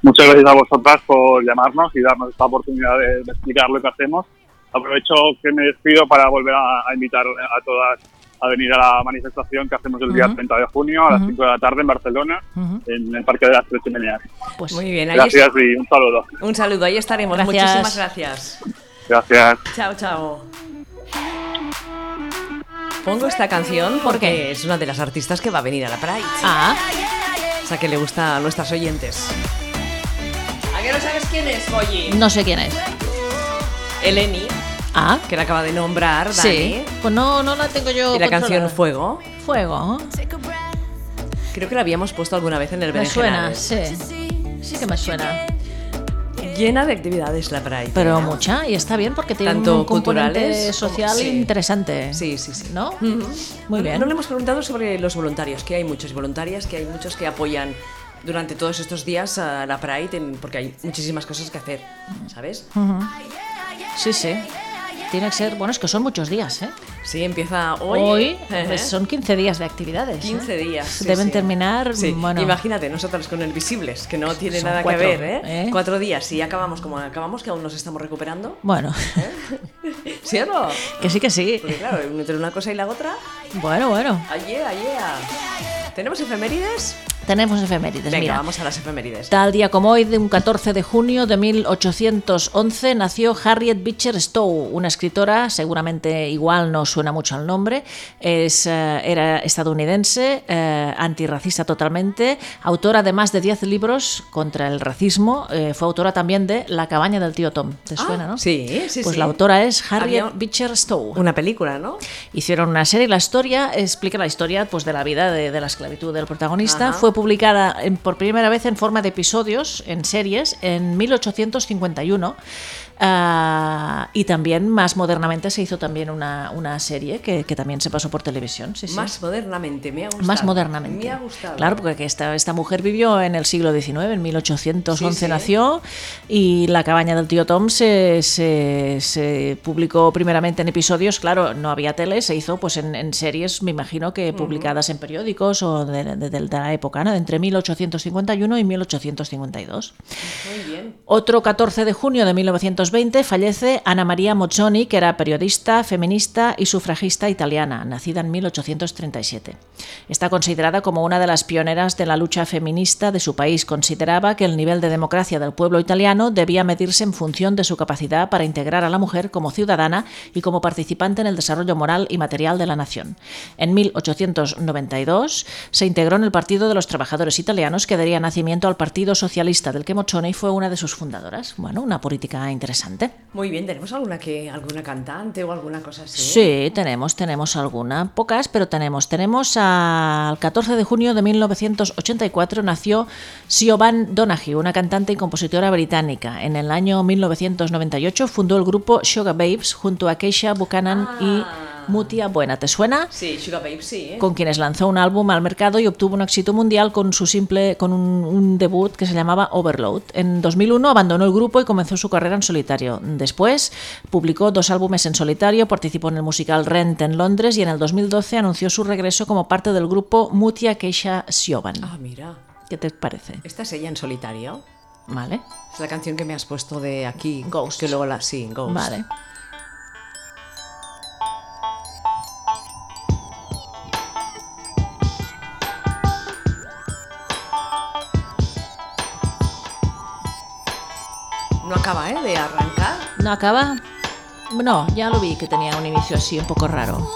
Muchas gracias a vosotras por llamarnos y darnos esta oportunidad de, de explicar lo que hacemos. Aprovecho que me despido para volver a, a invitar a todas a venir a la manifestación que hacemos el día 30 de junio a las 5 de la tarde en Barcelona, en el Parque de las Tres Chimeneas.
Pues
Muy bien, ahí
Gracias y un saludo.
est- un saludo, ahí estaremos.
Gracias.
Muchísimas gracias.
Gracias.
Chao, chao. Pongo esta canción porque es una de las artistas que va a venir a la Pride.
Ah,
O sea, que le gusta a nuestras oyentes. ¿A qué no sabes quién es, Polly?
no sé quién es.
Eleni,
Ah,
que la acaba de nombrar, Dani.
sí. Pues no, no la tengo yo.
Y la
controlada.
canción Fuego.
Fuego. ¿eh?
Creo que la habíamos puesto alguna vez en el
Me suena,
Berenjenales.
sí. Sí que me suena.
Llena de actividades la Pride.
Pero
¿eh?
mucha, y está bien porque tiene
Tanto
un componente
culturales como-
social
sí.
interesante.
Sí, sí, sí.
¿No?
Ujú.
Muy bien.
No le hemos preguntado sobre los voluntarios, que hay muchos voluntarias, que hay muchos que apoyan durante todos estos días a la Pride, en- porque hay muchísimas cosas que hacer, ¿sabes?
Mm. Sí, sí. Tiene que ser, bueno, es que son muchos días, ¿eh?
Sí, empieza hoy.
Hoy
Ajá.
pues, son 15 días de actividades. ¿eh?
15 eh, días. sí,
Deben
sí.
terminar,
Sí,
bueno, Pues
Imagínate, nosotros con el Visibles, que no tiene
Son
nada
cuatro,
que ver, ¿eh?
¿eh?
Cuatro días y acabamos como acabamos, que aún nos estamos recuperando.
bueno,
¿Sí o no?
que sí, que sí.
Porque claro, entre una cosa y la otra,
Bueno, bueno,
ayer, ayer. ¿Tenemos efemérides?
tenemos efemérides,
Venga,
Pues mira.
vamos a las efemérides.
Tal día como hoy, de un 14 de junio de 1811, nació Harriet Beecher Stowe, una escritora, seguramente igual no suena mucho al nombre, es, eh, era estadounidense, eh, antirracista totalmente, autora de más de 10 libros contra el racismo, eh, fue autora también de La cabaña del tío Tom, ¿te
Ah,
suena, no?
sí, sí,
Pues
sí.
la autora es Harriet
Había-
Beecher Stowe
Una película, ¿no?
hicieron una serie. La historia explica la historia pues, de la vida de, de la esclavitud del protagonista.
Ajá.
Fue publicada en- por primera vez en forma de episodios en series en 1851. ah, y también más modernamente se hizo también una, una serie que, que también se pasó por televisión. sí, sí.
Más modernamente, me ha gustado.
Más modernamente.
Me ha gustado.
Claro, porque que esta, esta mujer vivió en el siglo XIX, en 1811
Sí, sí.
nació, y La cabaña del tío Tom se, se- se publicó primeramente en episodios, claro, no había tele, se hizo pues en, en series, me imagino que publicadas en periódicos o de, de- de la época, ¿no? entre 1851 y 1852.
Muy bien.
Otro 14 de junio de 1920 fallece Ana María Mozzoni, que era periodista, feminista y sufragista italiana, nacida en 1837. Está considerada como una de las pioneras de la lucha feminista de su país. Consideraba que el nivel de democracia del pueblo italiano debía medirse en función de su capacidad para integrar a la mujer como ciudadana y como participante en el desarrollo moral y material de la nación. En 1892 se integró en el Partido de los Trabajadores Italianos que daría nacimiento al Partido Socialista del que Mozzoni fue una de sus fundadoras. Bueno, una política interesante.
Muy bien, ¿tenemos alguna, que, alguna cantante o alguna cosa así?
Sí, tenemos, tenemos alguna, pocas, pero tenemos. Tenemos al 14 de junio de 1984 nació Siobhan Donaghy, una cantante y compositora británica. En el año 1998 fundó el grupo Sugar Babes junto a Keisha Buchanan
Ah.
y Mutia Buena. ¿Te suena?
Sí, Sugar Babe, sí. ¿eh?
con quienes lanzó un álbum al mercado y obtuvo un éxito mundial con su simple con un, un debut que se llamaba Overload. En 2001 abandonó el grupo y comenzó su carrera en solitario. Después publicó dos álbumes en solitario, participó en el musical Rent en Londres y en el 2012 anunció su regreso como parte del grupo Mutia Keisha Sioban.
Ah, mira.
¿Qué te parece?
Esta es ella en solitario.
Vale.
Es la canción que me has puesto de aquí.
Ghost.
Que luego la... Sí, Ghost.
Vale.
No acaba, ¿eh? De arrancar.
¿No acaba? No, ya lo vi que tenía un inicio así un poco raro.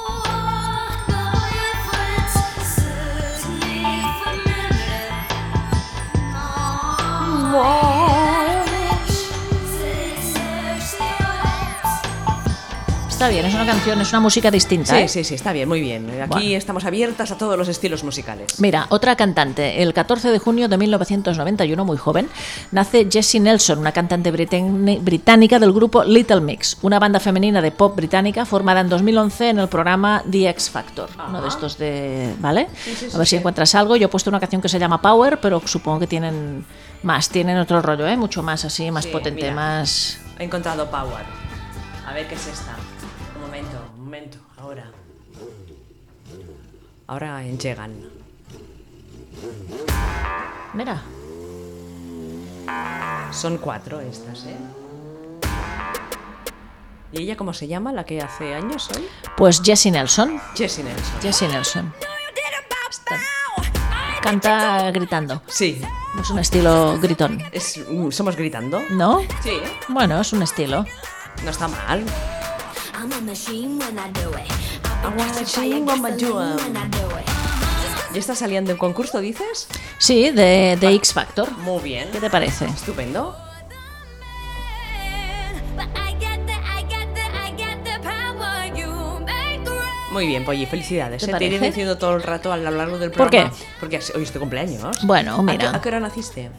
Está está bien, es una canción, es una música distinta.
Sí,
¿eh?
sí, sí, está bien, muy bien. Aquí
Bueno.
estamos abiertas a todos los estilos musicales.
Mira, otra cantante. El 14 de junio de 1991, muy joven, nace Jessie Nelson, una cantante briten- británica del grupo Little Mix, una banda femenina de pop británica formada en 2011 en el programa The X Factor. Uno de estos de... ¿Vale? A ver si encuentras algo. Yo he puesto una canción que se llama Power, pero supongo que tienen más, tienen otro rollo, ¿eh? Mucho más así, más
Sí,
potente,
mira.
más...
He encontrado Power. A ver qué es esta. Un momento, un momento, ahora. Ahora llegan.
Mira.
Son cuatro estas, ¿eh? ¿Y ella cómo se llama? La que hace años hoy.
Pues Jessie Nelson.
Jessie Nelson.
Jessie Nelson. Canta gritando.
Sí,
Es un estilo gritón.
es- uh, somos gritando.
¿No?
Sí.
Bueno, es un estilo.
No está mal.
I'm a machine when I do it.
I'm a machine when I do it. ¿Y está saliendo en concurso, dices?
Sí, de, de X Factor.
Muy bien.
¿Qué te parece?
Estupendo. Muy bien, Polly, felicidades.
¿Te
¿eh? Te iré
parece?
diciendo todo el rato a lo largo del
¿Por
programa.
qué?
Porque has- hoy es tu cumpleaños.
Bueno,
¿A qué-
mira.
¿A qué, hora naciste?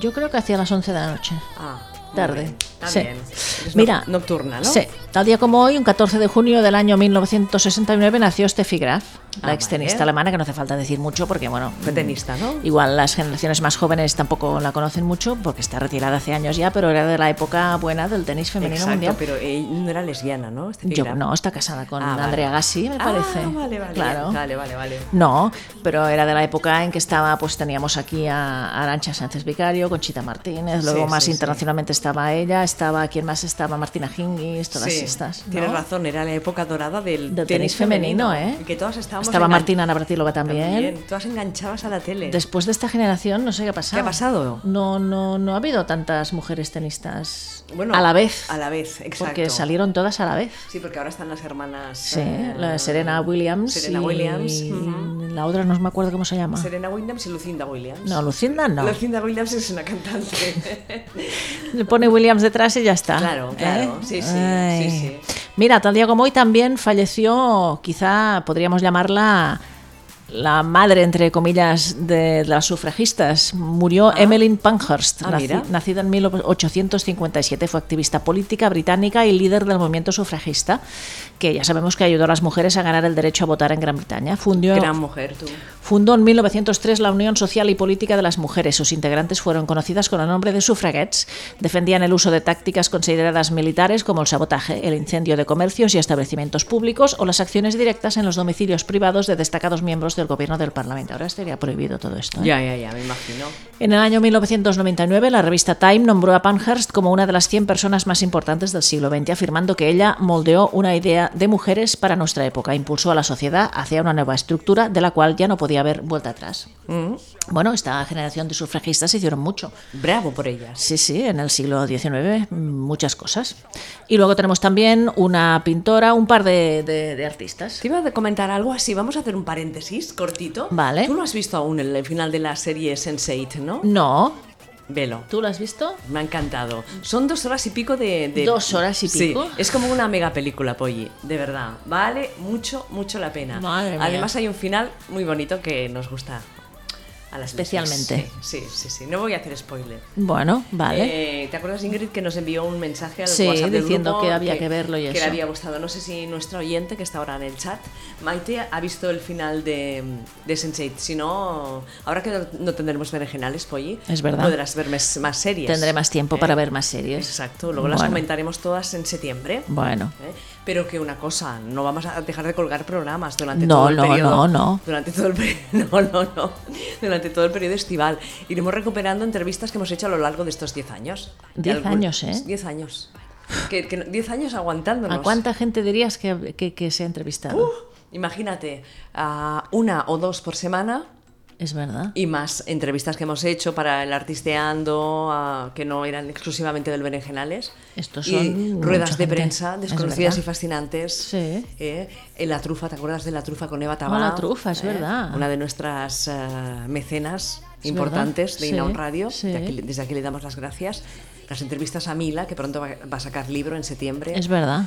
Yo creo que hacia las 11 de la noche.
Ah, muy
Tarde.
bien.
Sí.
También. Eres
Mira,
noc- nocturna, ¿no?
Sí. Tal día como hoy, un 14 de junio del año 1969, nació Steffi Graf, la
Ah,
extenista
vale.
alemana, que no hace falta decir mucho porque, bueno.
Fue tenista, ¿no?
Igual las generaciones más jóvenes tampoco la conocen mucho porque está retirada hace años ya, pero era de la época buena del tenis femenino
Exacto,
mundial.
pero eh, no era lesbiana, ¿no? Este
Yo,
figura.
no, está casada con
Ah, vale.
Andrea Gassi, me
Ah,
parece.
vale, vale.
Claro.
Vale, vale, vale.
No, pero era de la época en que estaba, pues teníamos aquí a Arancha Sánchez Vicario, Conchita Martínez, luego
Sí,
más
sí, sí.
internacionalmente estaba ella, estaba, ¿quién más estaba? Martina Hingis, todas
Sí,
estas. ¿no?
Tienes razón, era la época dorada del,
Del tenis femenino, ¿eh?
Y que todas estábamos
Estaba
engan-
Martina Navratilova también.
Todas enganchadas a la tele.
Después de esta generación, no sé qué ha pasado.
¿Qué ha pasado?
No, no, no ha habido tantas mujeres tenistas
Bueno,
a la vez.
a la vez, exacto.
Porque salieron todas a la vez.
Sí, porque ahora están las hermanas.
Sí,
eh,
la Serena Williams.
Serena
y-
Williams.
y
ujú.
La otra no me acuerdo cómo se llama.
Serena Williams y Lucinda Williams.
No, Lucinda no.
Lucinda Williams es una cantante.
Le pone Williams detrás y ya está. ¿eh?
Claro, claro, sí, sí, sí,
Ay.
sí.
Mira, tal día como hoy también falleció, quizá podríamos llamarla la madre, entre comillas, de las sufragistas. Murió Emmeline Pankhurst,
Ah,
naci-
mira.
nacida en 1857. Fue activista política británica y líder del movimiento sufragista, que ya sabemos que ayudó a las mujeres a ganar el derecho a votar en Gran Bretaña. Fundió,
Gran mujer, tú.
Fundó en 1903 la Unión Social y Política de las Mujeres. Sus integrantes fueron conocidas con el nombre de sufragettes. Defendían el uso de tácticas consideradas militares como el sabotaje, el incendio de comercios y establecimientos públicos o las acciones directas en los domicilios privados de destacados miembros del gobierno del Parlamento. Ahora estaría prohibido todo esto. ¿eh?
Ya, ya, ya, me imagino.
En el año 1999, la revista Time nombró a Pankhurst como una de las 100 personas más importantes del siglo XX, afirmando que ella moldeó una idea de mujeres para nuestra época, impulsó a la sociedad hacia una nueva estructura de la cual ya no podía haber vuelta atrás.
Mm.
Bueno, esta generación de sufragistas hicieron mucho.
Bravo por ellas.
Sí, sí, en el siglo XIX muchas cosas. Y luego tenemos también una pintora, un par de, de- de artistas.
Te iba a comentar algo así, vamos a hacer un paréntesis cortito.
Vale.
Tú no has visto aún el, el final de la serie Sense8, ¿no?
No,
Velo.
¿tú lo has visto?
Me ha encantado. Son dos horas y pico de... de-
Dos horas y
Sí,
pico.
es como una mega película, Polly, de verdad. Vale mucho, mucho la pena.
Madre mía.
Además hay un final muy bonito que nos gusta a las personas.
Especialmente.
Sí, sí, sí, sí. No voy a hacer spoiler.
Bueno, vale.
Eh, ¿Te acuerdas, Ingrid, que nos envió un mensaje al
Sí,
WhatsApp del
diciendo
grupo
que había que verlo y
que
eso.
le había gustado. No sé si nuestro oyente, que está ahora en el chat, Maite, ha visto el final de, de Sense8. Si no, ahora que no, no tendremos berenjenales, Polly,
Es verdad.
podrás ver mes- más series.
Tendré más tiempo
¿Eh?
para ver más series.
Exacto, luego las
Bueno.
comentaremos todas en septiembre.
Bueno,
¿eh? Pero que una cosa, no vamos a dejar de colgar programas durante
No,
todo el
no,
periodo.
no, no.
Durante todo el peri- no, no, no. Durante todo el periodo estival. Iremos recuperando entrevistas que hemos hecho a lo largo de estos 10 años.
Diez
Algún-
años, ¿eh?
10 años. Que, que no- 10 años aguantándonos.
¿a cuánta gente dirías que, que- que se ha entrevistado?
Uh. Imagínate, a una o dos por semana
es verdad.
y más entrevistas que hemos hecho para el artisteando, a- que no eran exclusivamente del Berenjenales.
Estos
Y
son mucha
ruedas de
gente,
prensa
es
desconocidas
verdad.
y fascinantes.
Sí. Oh,
¿eh? En la trufa, ¿te acuerdas de la trufa con Eva Tabá? Eh,
la trufa, es verdad.
Una de nuestras eh, mecenas
Es
importantes
verdad,
de Inaun
sí,
Radio.
sí.
De aquí- desde aquí le damos las gracias. Las entrevistas a Mila, que pronto va, va a sacar libro en septiembre.
Es verdad.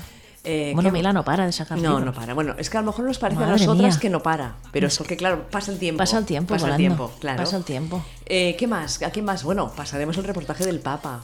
Eh,
Bueno,
¿qué-
Mila no para de sacar
No,
libros.
no para. Bueno, es que a lo mejor nos parece a
Madre
nosotras
mía.
que no para, pero es porque, claro, pasa el tiempo.
Pasa el tiempo
Pasa el
volando.
tiempo, claro.
Pasa el tiempo.
Eh, ¿Qué más? ¿A quién más? Bueno, pasaremos el reportaje del Papa.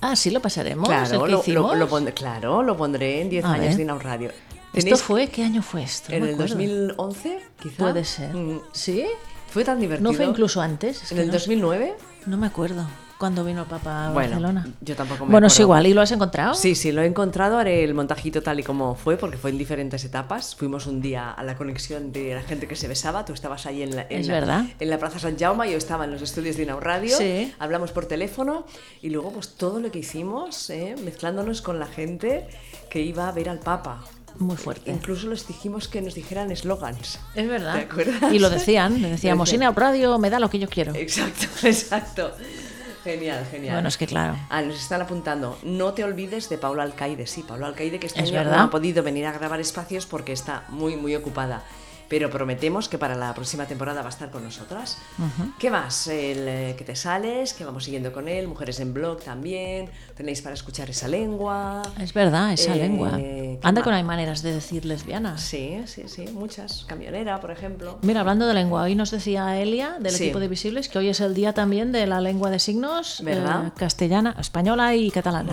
Ah, sí, lo pasaremos. el
Claro,
que
lo, lo-
hicimos.
lo pondré, claro, lo pondré en 10
A
años
ver.
de Inau Radio.
¿Esto
¿Tenéis-
fue? ¿Qué año fue esto? No
en
me
el
acuerdo.
2011, quizá.
Puede ser.
Mm,
¿Sí?
Fue tan divertido.
¿No fue incluso antes? Es
¿En
que
el
no-
2009?
No me acuerdo. ¿Cuándo vino el Papa a
Bueno,
Barcelona?
yo tampoco me
Bueno, es
acuerdo.
igual. ¿Y lo has encontrado?
Sí, sí, lo he encontrado. Haré el montajito tal y como fue, porque fue en diferentes etapas. Fuimos un día a la conexión de la gente que se besaba. Tú estabas ahí en la, en
Es
la-
verdad.
en la Plaza San Jaume, yo estaba en los estudios de Inau Radio.
Sí.
Hablamos por teléfono y luego, pues todo lo que hicimos, ¿eh? mezclándonos con la gente que iba a ver al Papa.
Muy fuerte.
Incluso les dijimos que nos dijeran eslogans.
Es verdad.
¿Te acuerdas?
Y lo decían. le
Lo
Decíamos,
decían.
Cine Radio me da lo que yo quiero.
Exacto, exacto. Genial, genial.
Bueno, es que claro.
Ah, nos están apuntando. No te olvides de Paula Alcaide. Sí, Paula Alcaide, que este
Es
año
verdad.
no ha podido venir a grabar espacios porque está muy, muy ocupada. Pero prometemos que para la próxima temporada va a estar con nosotras. ¿Qué más? El eh, que te sales, que vamos siguiendo con él, Mujeres en Blog también. Tenéis para escuchar esa lengua.
Es verdad, esa
Eh,
lengua.
¿qué
Anda
más?
que no hay maneras de decir lesbianas.
Sí, sí, sí, muchas. Camionera, por ejemplo.
Mira, hablando de lengua, hoy nos decía Elia del
Sí.
equipo de Visibles que hoy es el día también de la lengua de signos eh,
¿Verdad?
castellana, española y catalana.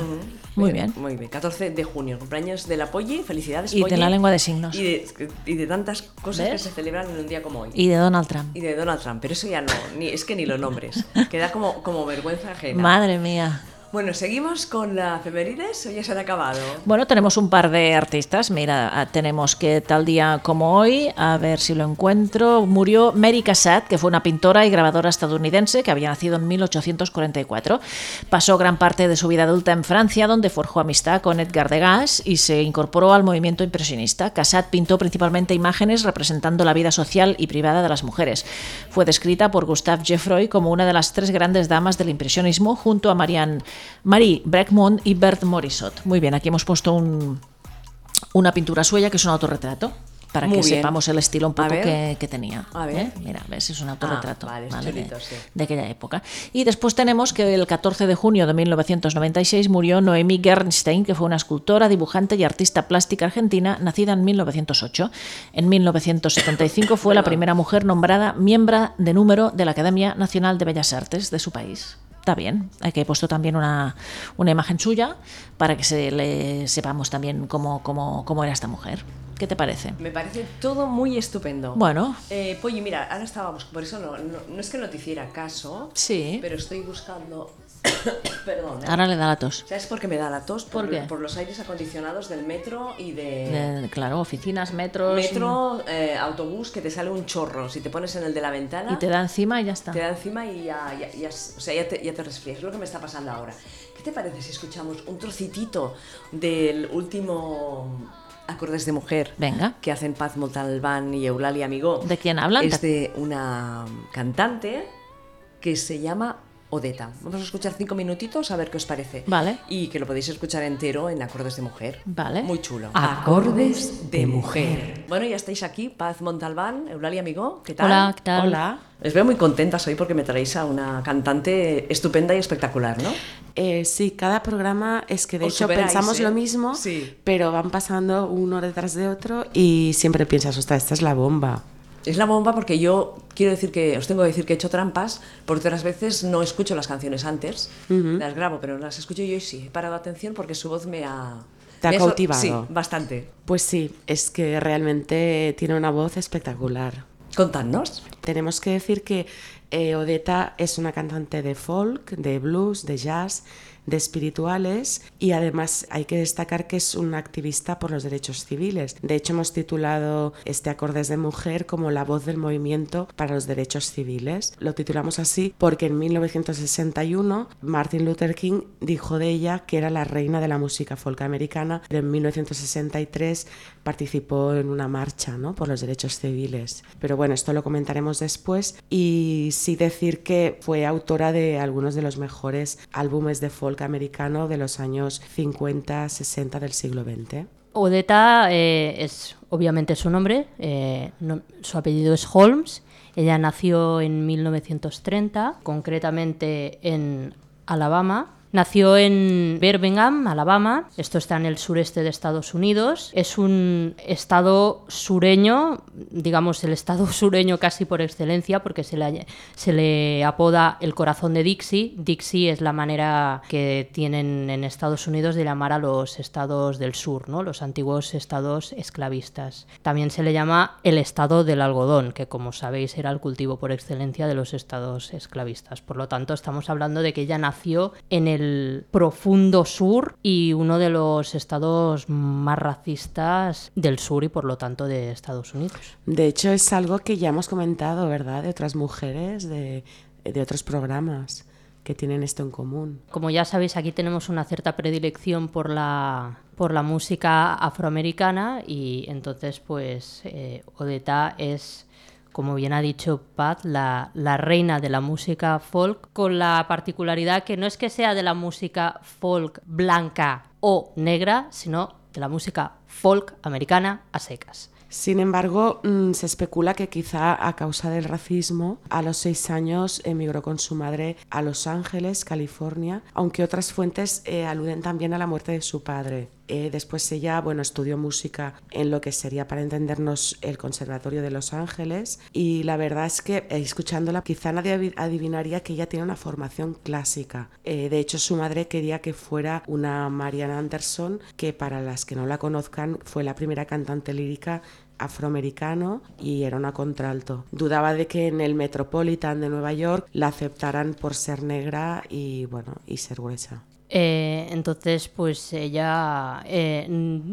Muy bien.
Muy bien, 14 de junio, cumpleaños de la Polly, felicidades
Y de
Polly.
la lengua de signos.
Y de, y de tantas cosas que
¿Ves?
se celebran en un día como hoy.
Y de Donald Trump.
Y de Donald Trump, pero eso ya no, ni, es que ni lo nombres, queda como, como vergüenza ajena.
Madre mía.
Bueno, seguimos con la efemérides o ya se han acabado.
Bueno, tenemos un par de artistas. Mira, ah, tenemos que tal día como hoy, a ver si lo encuentro, murió Mary Cassatt, que fue una pintora y grabadora estadounidense que había nacido en 1844. Pasó gran parte de su vida adulta en Francia, donde forjó amistad con Edgar Degas y se incorporó al movimiento impresionista. Cassatt pintó principalmente imágenes representando la vida social y privada de las mujeres. Fue descrita por Gustave Geoffroy como una de las tres grandes damas del impresionismo junto a Marianne Marie Breckmont y Bert Morisot. Muy bien, aquí hemos puesto un- una pintura suya que es un autorretrato para
Muy
que
bien.
sepamos el estilo un
A
poco
ver.
que, que tenía.
A ver.
¿eh? Mira, ves, es un autorretrato
Ah, vale, es
de-
chulito, sí.
de aquella época. Y después tenemos que el 14 de junio de 1996 murió Noemí Gernstein, que fue una escultora, dibujante y artista plástica argentina, nacida en 1908. En 1975 fue la primera mujer nombrada miembro de número de la Academia Nacional de Bellas Artes de su país. Está bien, aquí he puesto también una, una imagen suya para que se le sepamos también cómo, cómo, cómo era esta mujer. ¿Qué te parece?
Me parece todo muy estupendo.
Bueno,
Eh, Polly, mira, ahora estábamos, por eso no, no, no es que no te hiciera caso,
Sí.
pero estoy buscando... Perdón, ¿eh?
ahora le da la tos.
¿Sabes por qué me da la tos?
¿Por qué?
por los aires acondicionados del metro y
Eh, claro, oficinas, metros.
Metro, eh, autobús, que te sale un chorro. Si te pones en el de la ventana,
Y te da encima y ya está.
te da encima y ya, ya- ya s- o sea, ya te, ya te resfrías. Es lo que me está pasando ahora. ¿Qué te parece si escuchamos un trocitito del último Acordes de Mujer?
Venga.
Que hacen Paz Montalbán y Eulalia Amigó.
¿De quién hablan?
Es de una cantante que se llama Odeta. Vamos a escuchar cinco minutitos a ver qué os parece.
Vale.
Y que lo podéis escuchar entero en Acordes de Mujer.
Vale.
Muy chulo.
Acordes
de mujer. Bueno, ya estáis aquí, Paz Montalbán, Eulalia Amigo, ¿qué tal?
Hola, ¿qué tal?
Hola.
Os veo muy contentas hoy porque me traéis a una cantante estupenda y espectacular, ¿no?
Eh, sí, cada programa es que de
Os
hecho
superáis,
pensamos
¿eh?
lo mismo,
Sí.
pero van pasando uno detrás de otro y siempre piensas, ostras, esta es la bomba.
Es la bomba porque yo quiero decir que os tengo que decir que he hecho trampas porque otras veces no escucho las canciones antes, las grabo, pero no las escucho yo y sí, he parado atención porque su voz me ha...
Te ha
me sor-
cautivado.
Sí, bastante.
Pues sí, es que realmente tiene una voz espectacular.
Contadnos.
Tenemos que decir que eh, Odetta es una cantante de folk, de blues, de jazz, de espirituales y además hay que destacar que es una activista por los derechos civiles. De hecho hemos titulado este Acordes de Mujer como la voz del movimiento para los derechos civiles. Lo titulamos así porque en 1961 Martin Luther King dijo de ella que era la reina de la música folk americana, pero en 1963 participó en una marcha ¿no? por los derechos civiles. Pero bueno, esto lo comentaremos después. Y sí decir que fue autora de algunos de los mejores álbumes de folk americano de los años 50-60 del siglo XX.
Odetta eh, es obviamente su nombre, eh, no- su apellido es Holmes. Ella nació en 1930, concretamente en Alabama, Nació en Birmingham, Alabama. Esto está en el sureste de Estados Unidos. Es un estado sureño, digamos el estado sureño casi por excelencia, porque se le, se le apoda el corazón de Dixie. Dixie es la manera que tienen en Estados Unidos de llamar a los estados del sur, ¿no? los antiguos estados esclavistas. También se le llama el estado del algodón, que como sabéis era el cultivo por excelencia de los estados esclavistas. Por lo tanto, estamos hablando de que ella nació en el profundo sur y uno de los estados más racistas del sur y por lo tanto de Estados Unidos.
De hecho, es algo que ya hemos comentado, ¿verdad? De otras mujeres, de, de otros programas que tienen esto en común.
Como ya sabéis, aquí tenemos una cierta predilección por la, por la música afroamericana y entonces, pues, eh, Odetta es como bien ha dicho Pat, la, la, reina de la música folk, con la particularidad que no es que sea de la música folk blanca o negra, sino de la música folk americana a secas.
Sin embargo, mm, se especula que quizá a causa del racismo, a los seis años emigró con su madre a Los Ángeles, California, aunque otras fuentes eh, aluden también a la muerte de su padre. Eh, después ella, bueno, estudió música en lo que sería, para entendernos, el Conservatorio de Los Ángeles. Y la verdad es que, eh, escuchándola, quizá nadie adivinaría que ella tiene una formación clásica. Eh, de hecho, su madre quería que fuera una Marian Anderson, que para las que no la conozcan, fue la primera cantante lírica afroamericano y era una contralto. Dudaba de que en el Metropolitan de Nueva York la aceptaran por ser negra y bueno, y ser gruesa.
Eh, entonces, pues ella, eh,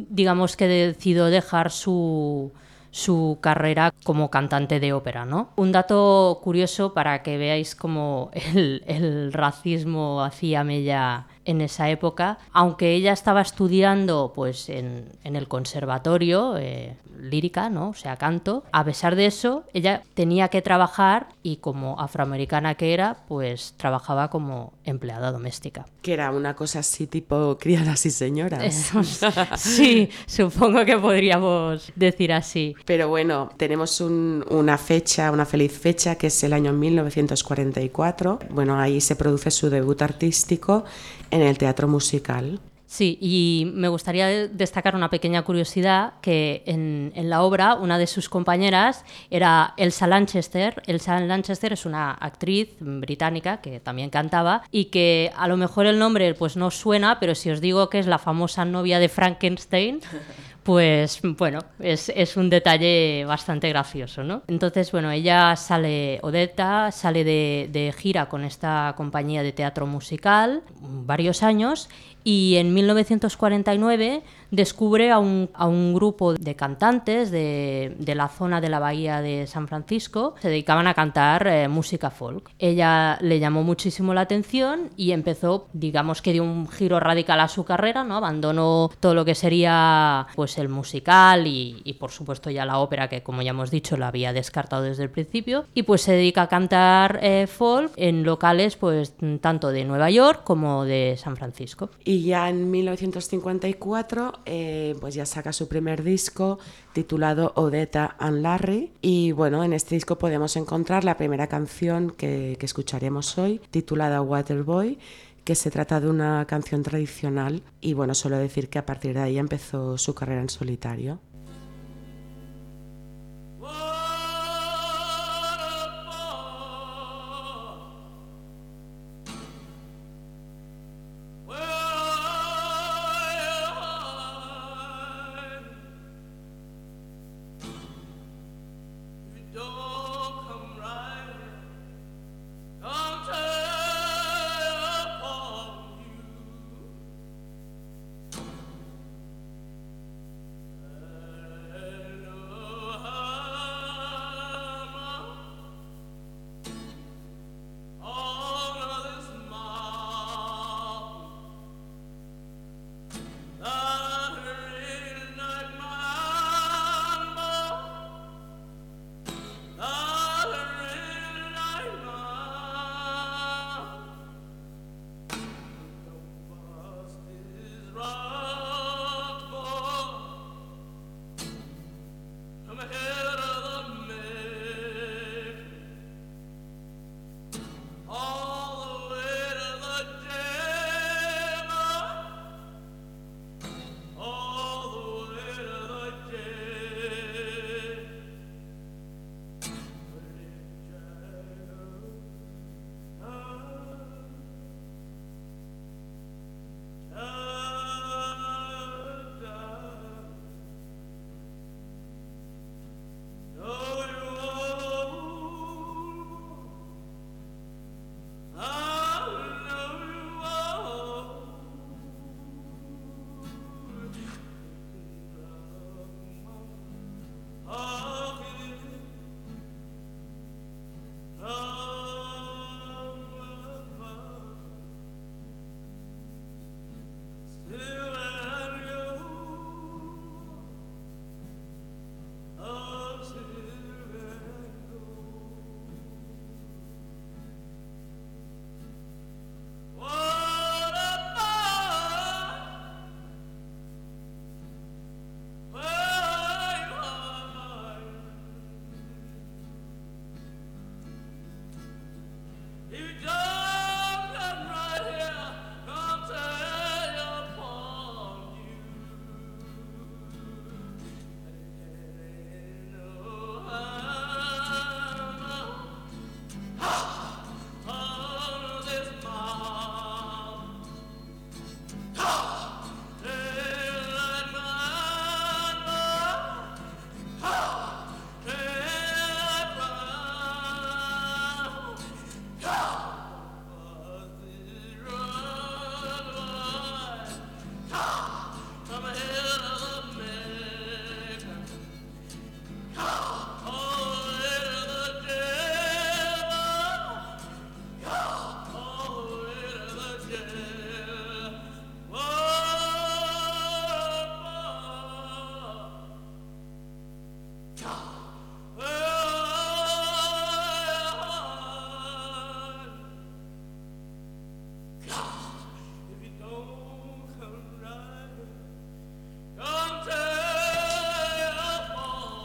digamos que decidió dejar su, su carrera como cantante de ópera, ¿no? Un dato curioso para que veáis cómo el, el racismo hacía mella en esa época, aunque ella estaba estudiando pues en, en el conservatorio eh, lírica, ¿no? O sea, canto. A pesar de eso, ella tenía que trabajar y como afroamericana que era, pues trabajaba como empleada doméstica.
Que era una cosa así tipo criadas y señoras.
Eso, Pues, sí, supongo que podríamos decir así.
Pero bueno, tenemos un, una fecha, una feliz fecha, que es el año 1944. Bueno, ahí se produce su debut artístico en el teatro musical.
Sí, y me gustaría destacar una pequeña curiosidad que en, en, la obra una de sus compañeras era Elsa Lanchester. Elsa Lanchester es una actriz británica que también cantaba y que a lo mejor el nombre pues no suena, pero si os digo que es la famosa novia de Frankenstein, pues bueno, es, es, un detalle bastante gracioso, ¿no? Entonces, bueno, ella sale, Odetta sale de, de, gira con esta compañía de teatro musical varios años y en 1949 descubre a un, a un grupo de cantantes de, de, la zona de la bahía de San Francisco, se dedicaban a cantar eh, música folk. Ella le llamó muchísimo la atención y empezó, digamos que dio un giro radical a su carrera, ¿no? Abandonó todo lo que sería pues el musical y, y, por supuesto ya la ópera que como ya hemos dicho la había descartado desde el principio y pues se dedica a cantar eh, folk en locales pues tanto de Nueva York como de San Francisco.
Y ya en 1954 eh, pues ya saca su primer disco titulado Odetta and Larry y bueno en este disco podemos encontrar la primera canción que, que escucharemos hoy titulada Waterboy que se trata de una canción tradicional y bueno, solo decir que a partir de ahí empezó su carrera en solitario.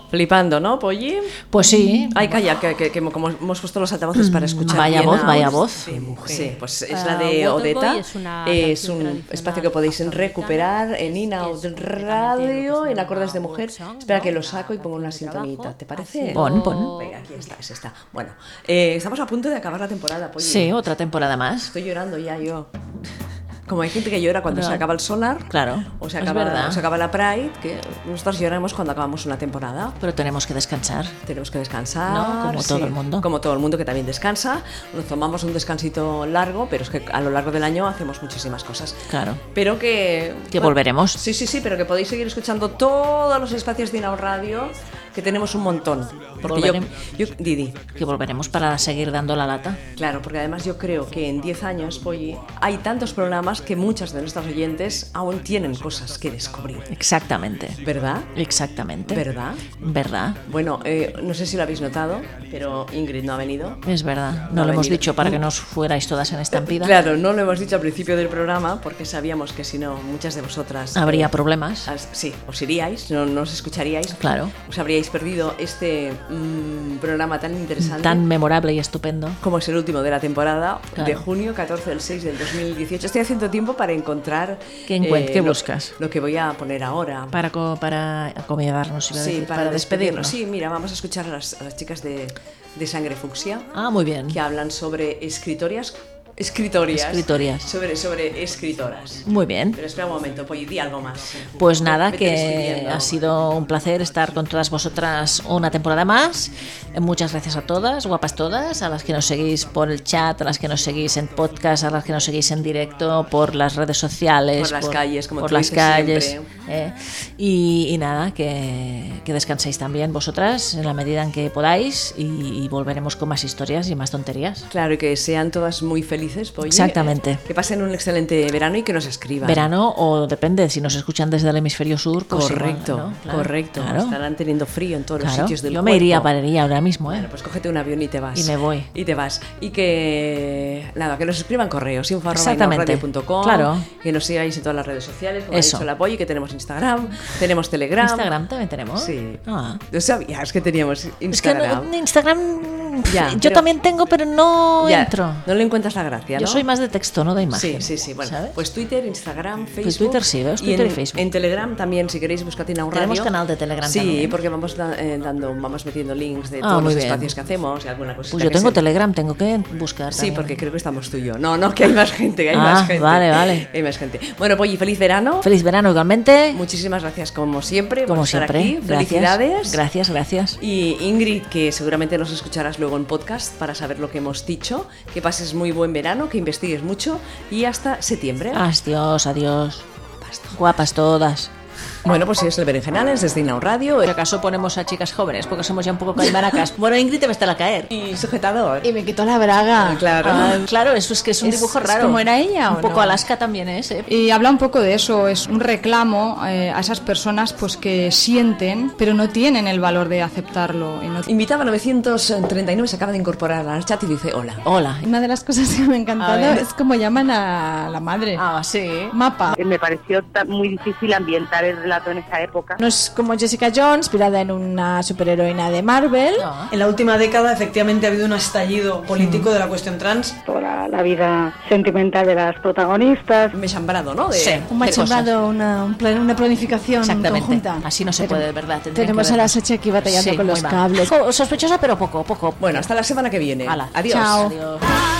Flipando, ¿no, Polly?
Pues sí.
Ay, calla, que, que- que como hemos puesto los altavoces para escuchar.
Mm. Vaya
bien
voz,
a-
vaya voz.
Sí, sí, pues es
Ah,
la de
Waterboy
Odeta.
es una
Es
canción
un
tradicional
espacio que podéis recuperar en Inaud Radio, en Acordes de Mujer. Espera que lo saco y pongo una sintonita, ¿te parece?
Pon, pon.
Venga, aquí está, es esta. Bueno, eh, estamos a punto de acabar la temporada, Polly.
Sí, otra temporada más.
Estoy llorando ya yo. Como hay gente que llora cuando
Pero-
se acaba el solar.
Claro,
O se
es
acaba,
verdad.
o se acaba la Pride, que nosotros lloramos cuando acabamos una temporada.
Pero tenemos que descansar.
Tenemos que descansar.
No, como todo el mundo.
Como todo el mundo que también descansa. Nos tomamos un descansito largo, pero es que a lo largo del año hacemos muchísimas cosas.
Claro.
Pero que.
Que volveremos.
Sí, sí, sí, pero que podéis seguir escuchando todos los espacios de Inao Radio, que tenemos un montón. Porque yo,
Volveremos.
yo- Didi,
Que volveremos para seguir dando la lata.
Claro, porque además yo creo que en 10 años, Polly, hay tantos programas que muchas de nuestras oyentes aún tienen cosas que descubrir.
Exactamente.
¿Verdad?
Exactamente.
¿Verdad?
¿Verdad?
Bueno, eh, no sé si lo habéis notado, pero Ingrid no ha venido.
Es verdad.
No
No, lo
ha
hemos
venido.
dicho para que no os fuerais todas en estampida.
Claro, no lo hemos dicho al principio del programa porque sabíamos que si no, muchas de vosotras... eh,
Habría problemas.
as- sí, os iríais, no, no os escucharíais.
Claro.
Os habríais perdido este mm, programa tan interesante.
Tan memorable y estupendo.
como es el último de la temporada,
Claro.
de junio 14 del 6 del 2018. Estoy haciendo tiempo para encontrar... eh,
¿Qué encuent- qué
lo-
buscas?
Lo, que voy a poner ahora.
Para, co- para acomodarnos, iba a
sí,
decir,
para, despedirnos. Sí, mira, vamos a escuchar a las, a las chicas de, de Sangre Fucsia
Ah, muy bien.
que hablan sobre escritorias... Escritorias.
Escritorias.
Sobre, sobre escritoras.
Muy bien.
Pero espera un momento, Polly, di algo más.
Pues nada,
Vete
que
despidiendo.
ha sido un placer estar con todas vosotras una temporada más. Eh, Muchas gracias a todas, guapas todas, a las que nos seguís por el chat, a las que nos seguís en podcast, a las que nos seguís en directo, por las redes sociales,
Por las calles, como
por
tú
las
dices
calles.
siempre.
eh. y, y nada, que, que descanséis también vosotras en la medida en que podáis y, y volveremos con más historias y más tonterías.
Claro, y que sean todas muy felices, Polly.
Exactamente.
Que pasen un excelente verano y que nos escriban.
Verano o depende, si nos escuchan desde el hemisferio sur, pues igual,
Correcto,
¿no? Claro,
correcto.
claro,
Estarán teniendo frío en todos los
claro.
sitios del
Yo me iría
cuerpo.
para iría ahora mismo, ¿eh?
Bueno, pues cógete un avión y te vas.
Y me voy.
Y te vas. Y que, nada, que nos escriban correos,
Exactamente.
info.com,
Claro.
que nos sigáis en todas las redes sociales, como ha
Eso.
dicho la Polly, que tenemos Instagram, tenemos Telegram.
Instagram también tenemos.
Sí.
Ah.
No sabías que teníamos
Es que no-
Instagram.
Instagram
Ya,
yo
pero-
también tengo, pero no
Ya,
entro.
No le encuentras la gracia,
Yo
¿no?
soy más de texto, no de
Sí,
imagen.
sí, sí. Bueno,
¿sabes?
pues Twitter, Instagram, Facebook.
Twitter sí, ¿ves?
Y
Twitter y
en,
Facebook.
En Telegram también, si queréis, buscad Inau Radio.
Tenemos canal de Telegram
Sí,
también.
porque vamos, da- eh, dando, vamos metiendo links de
Ah,
todos
muy
los
bien.
espacios que hacemos y alguna cosita.
pues yo
que
tengo
se-
Telegram, tengo que buscar.
Sí,
también.
porque creo que estamos tú y yo. No, no, que hay más gente, que hay
Ah,
más gente.
vale, vale.
Hay más gente. Bueno, Polly, feliz verano.
Feliz verano igualmente.
Muchísimas gracias, como siempre,
como
por estar
siempre.
aquí.
Gracias.
Felicidades.
Gracias, gracias.
Y Ingrid, que seguramente nos escucharás luego en podcast para saber lo que hemos dicho. Que pases muy buen verano, que investigues mucho y hasta septiembre.
Adiós, adiós. Guapas todas.
Bueno, pues es el Berenjenales desde Inau Radio. eh,
Por acaso ponemos a chicas jóvenes, porque somos ya un poco calmaracas. bueno, Ingrid te va a estar a caer.
Y sujetador.
Y me quitó la braga.
Claro.
Ah, claro, eso es que es un
Es-
dibujo
es
raro.
como era ella, ¿o
Un poco
no?
Alaska también es, ¿eh?
Y habla un poco de eso, es un reclamo eh, a esas personas pues que sienten, pero no tienen el valor de aceptarlo. y no-
Invitaba 939, se acaba de incorporar al chat y dice hola.
Hola.
Una de las cosas que me ha
A
encantado
ver.
es como llaman a la madre.
Ah, sí.
Mapa.
Eh, Me pareció ta- muy difícil ambientar el relato en esa época.
No es como Jessica Jones, inspirada en una superheroína de Marvel.
No.
En la última década, efectivamente, ha habido un estallido político de la cuestión trans.
Toda la vida sentimental de las protagonistas.
Me he chambrado, ¿no? De-
Sí.
Un
Qué
machembrado, una, un plan- una planificación
Exactamente.
conjunta.
Así no se puede, de verdad. tendrían
Tenemos
que
a la
vernos.
Sachi aquí batallando
Sí,
con los
muy mal.
cables.
Jo, Sospechosa, pero poco, poco.
Bueno, hasta la semana que viene.
Hala.
Adiós.
Chao.
Adiós.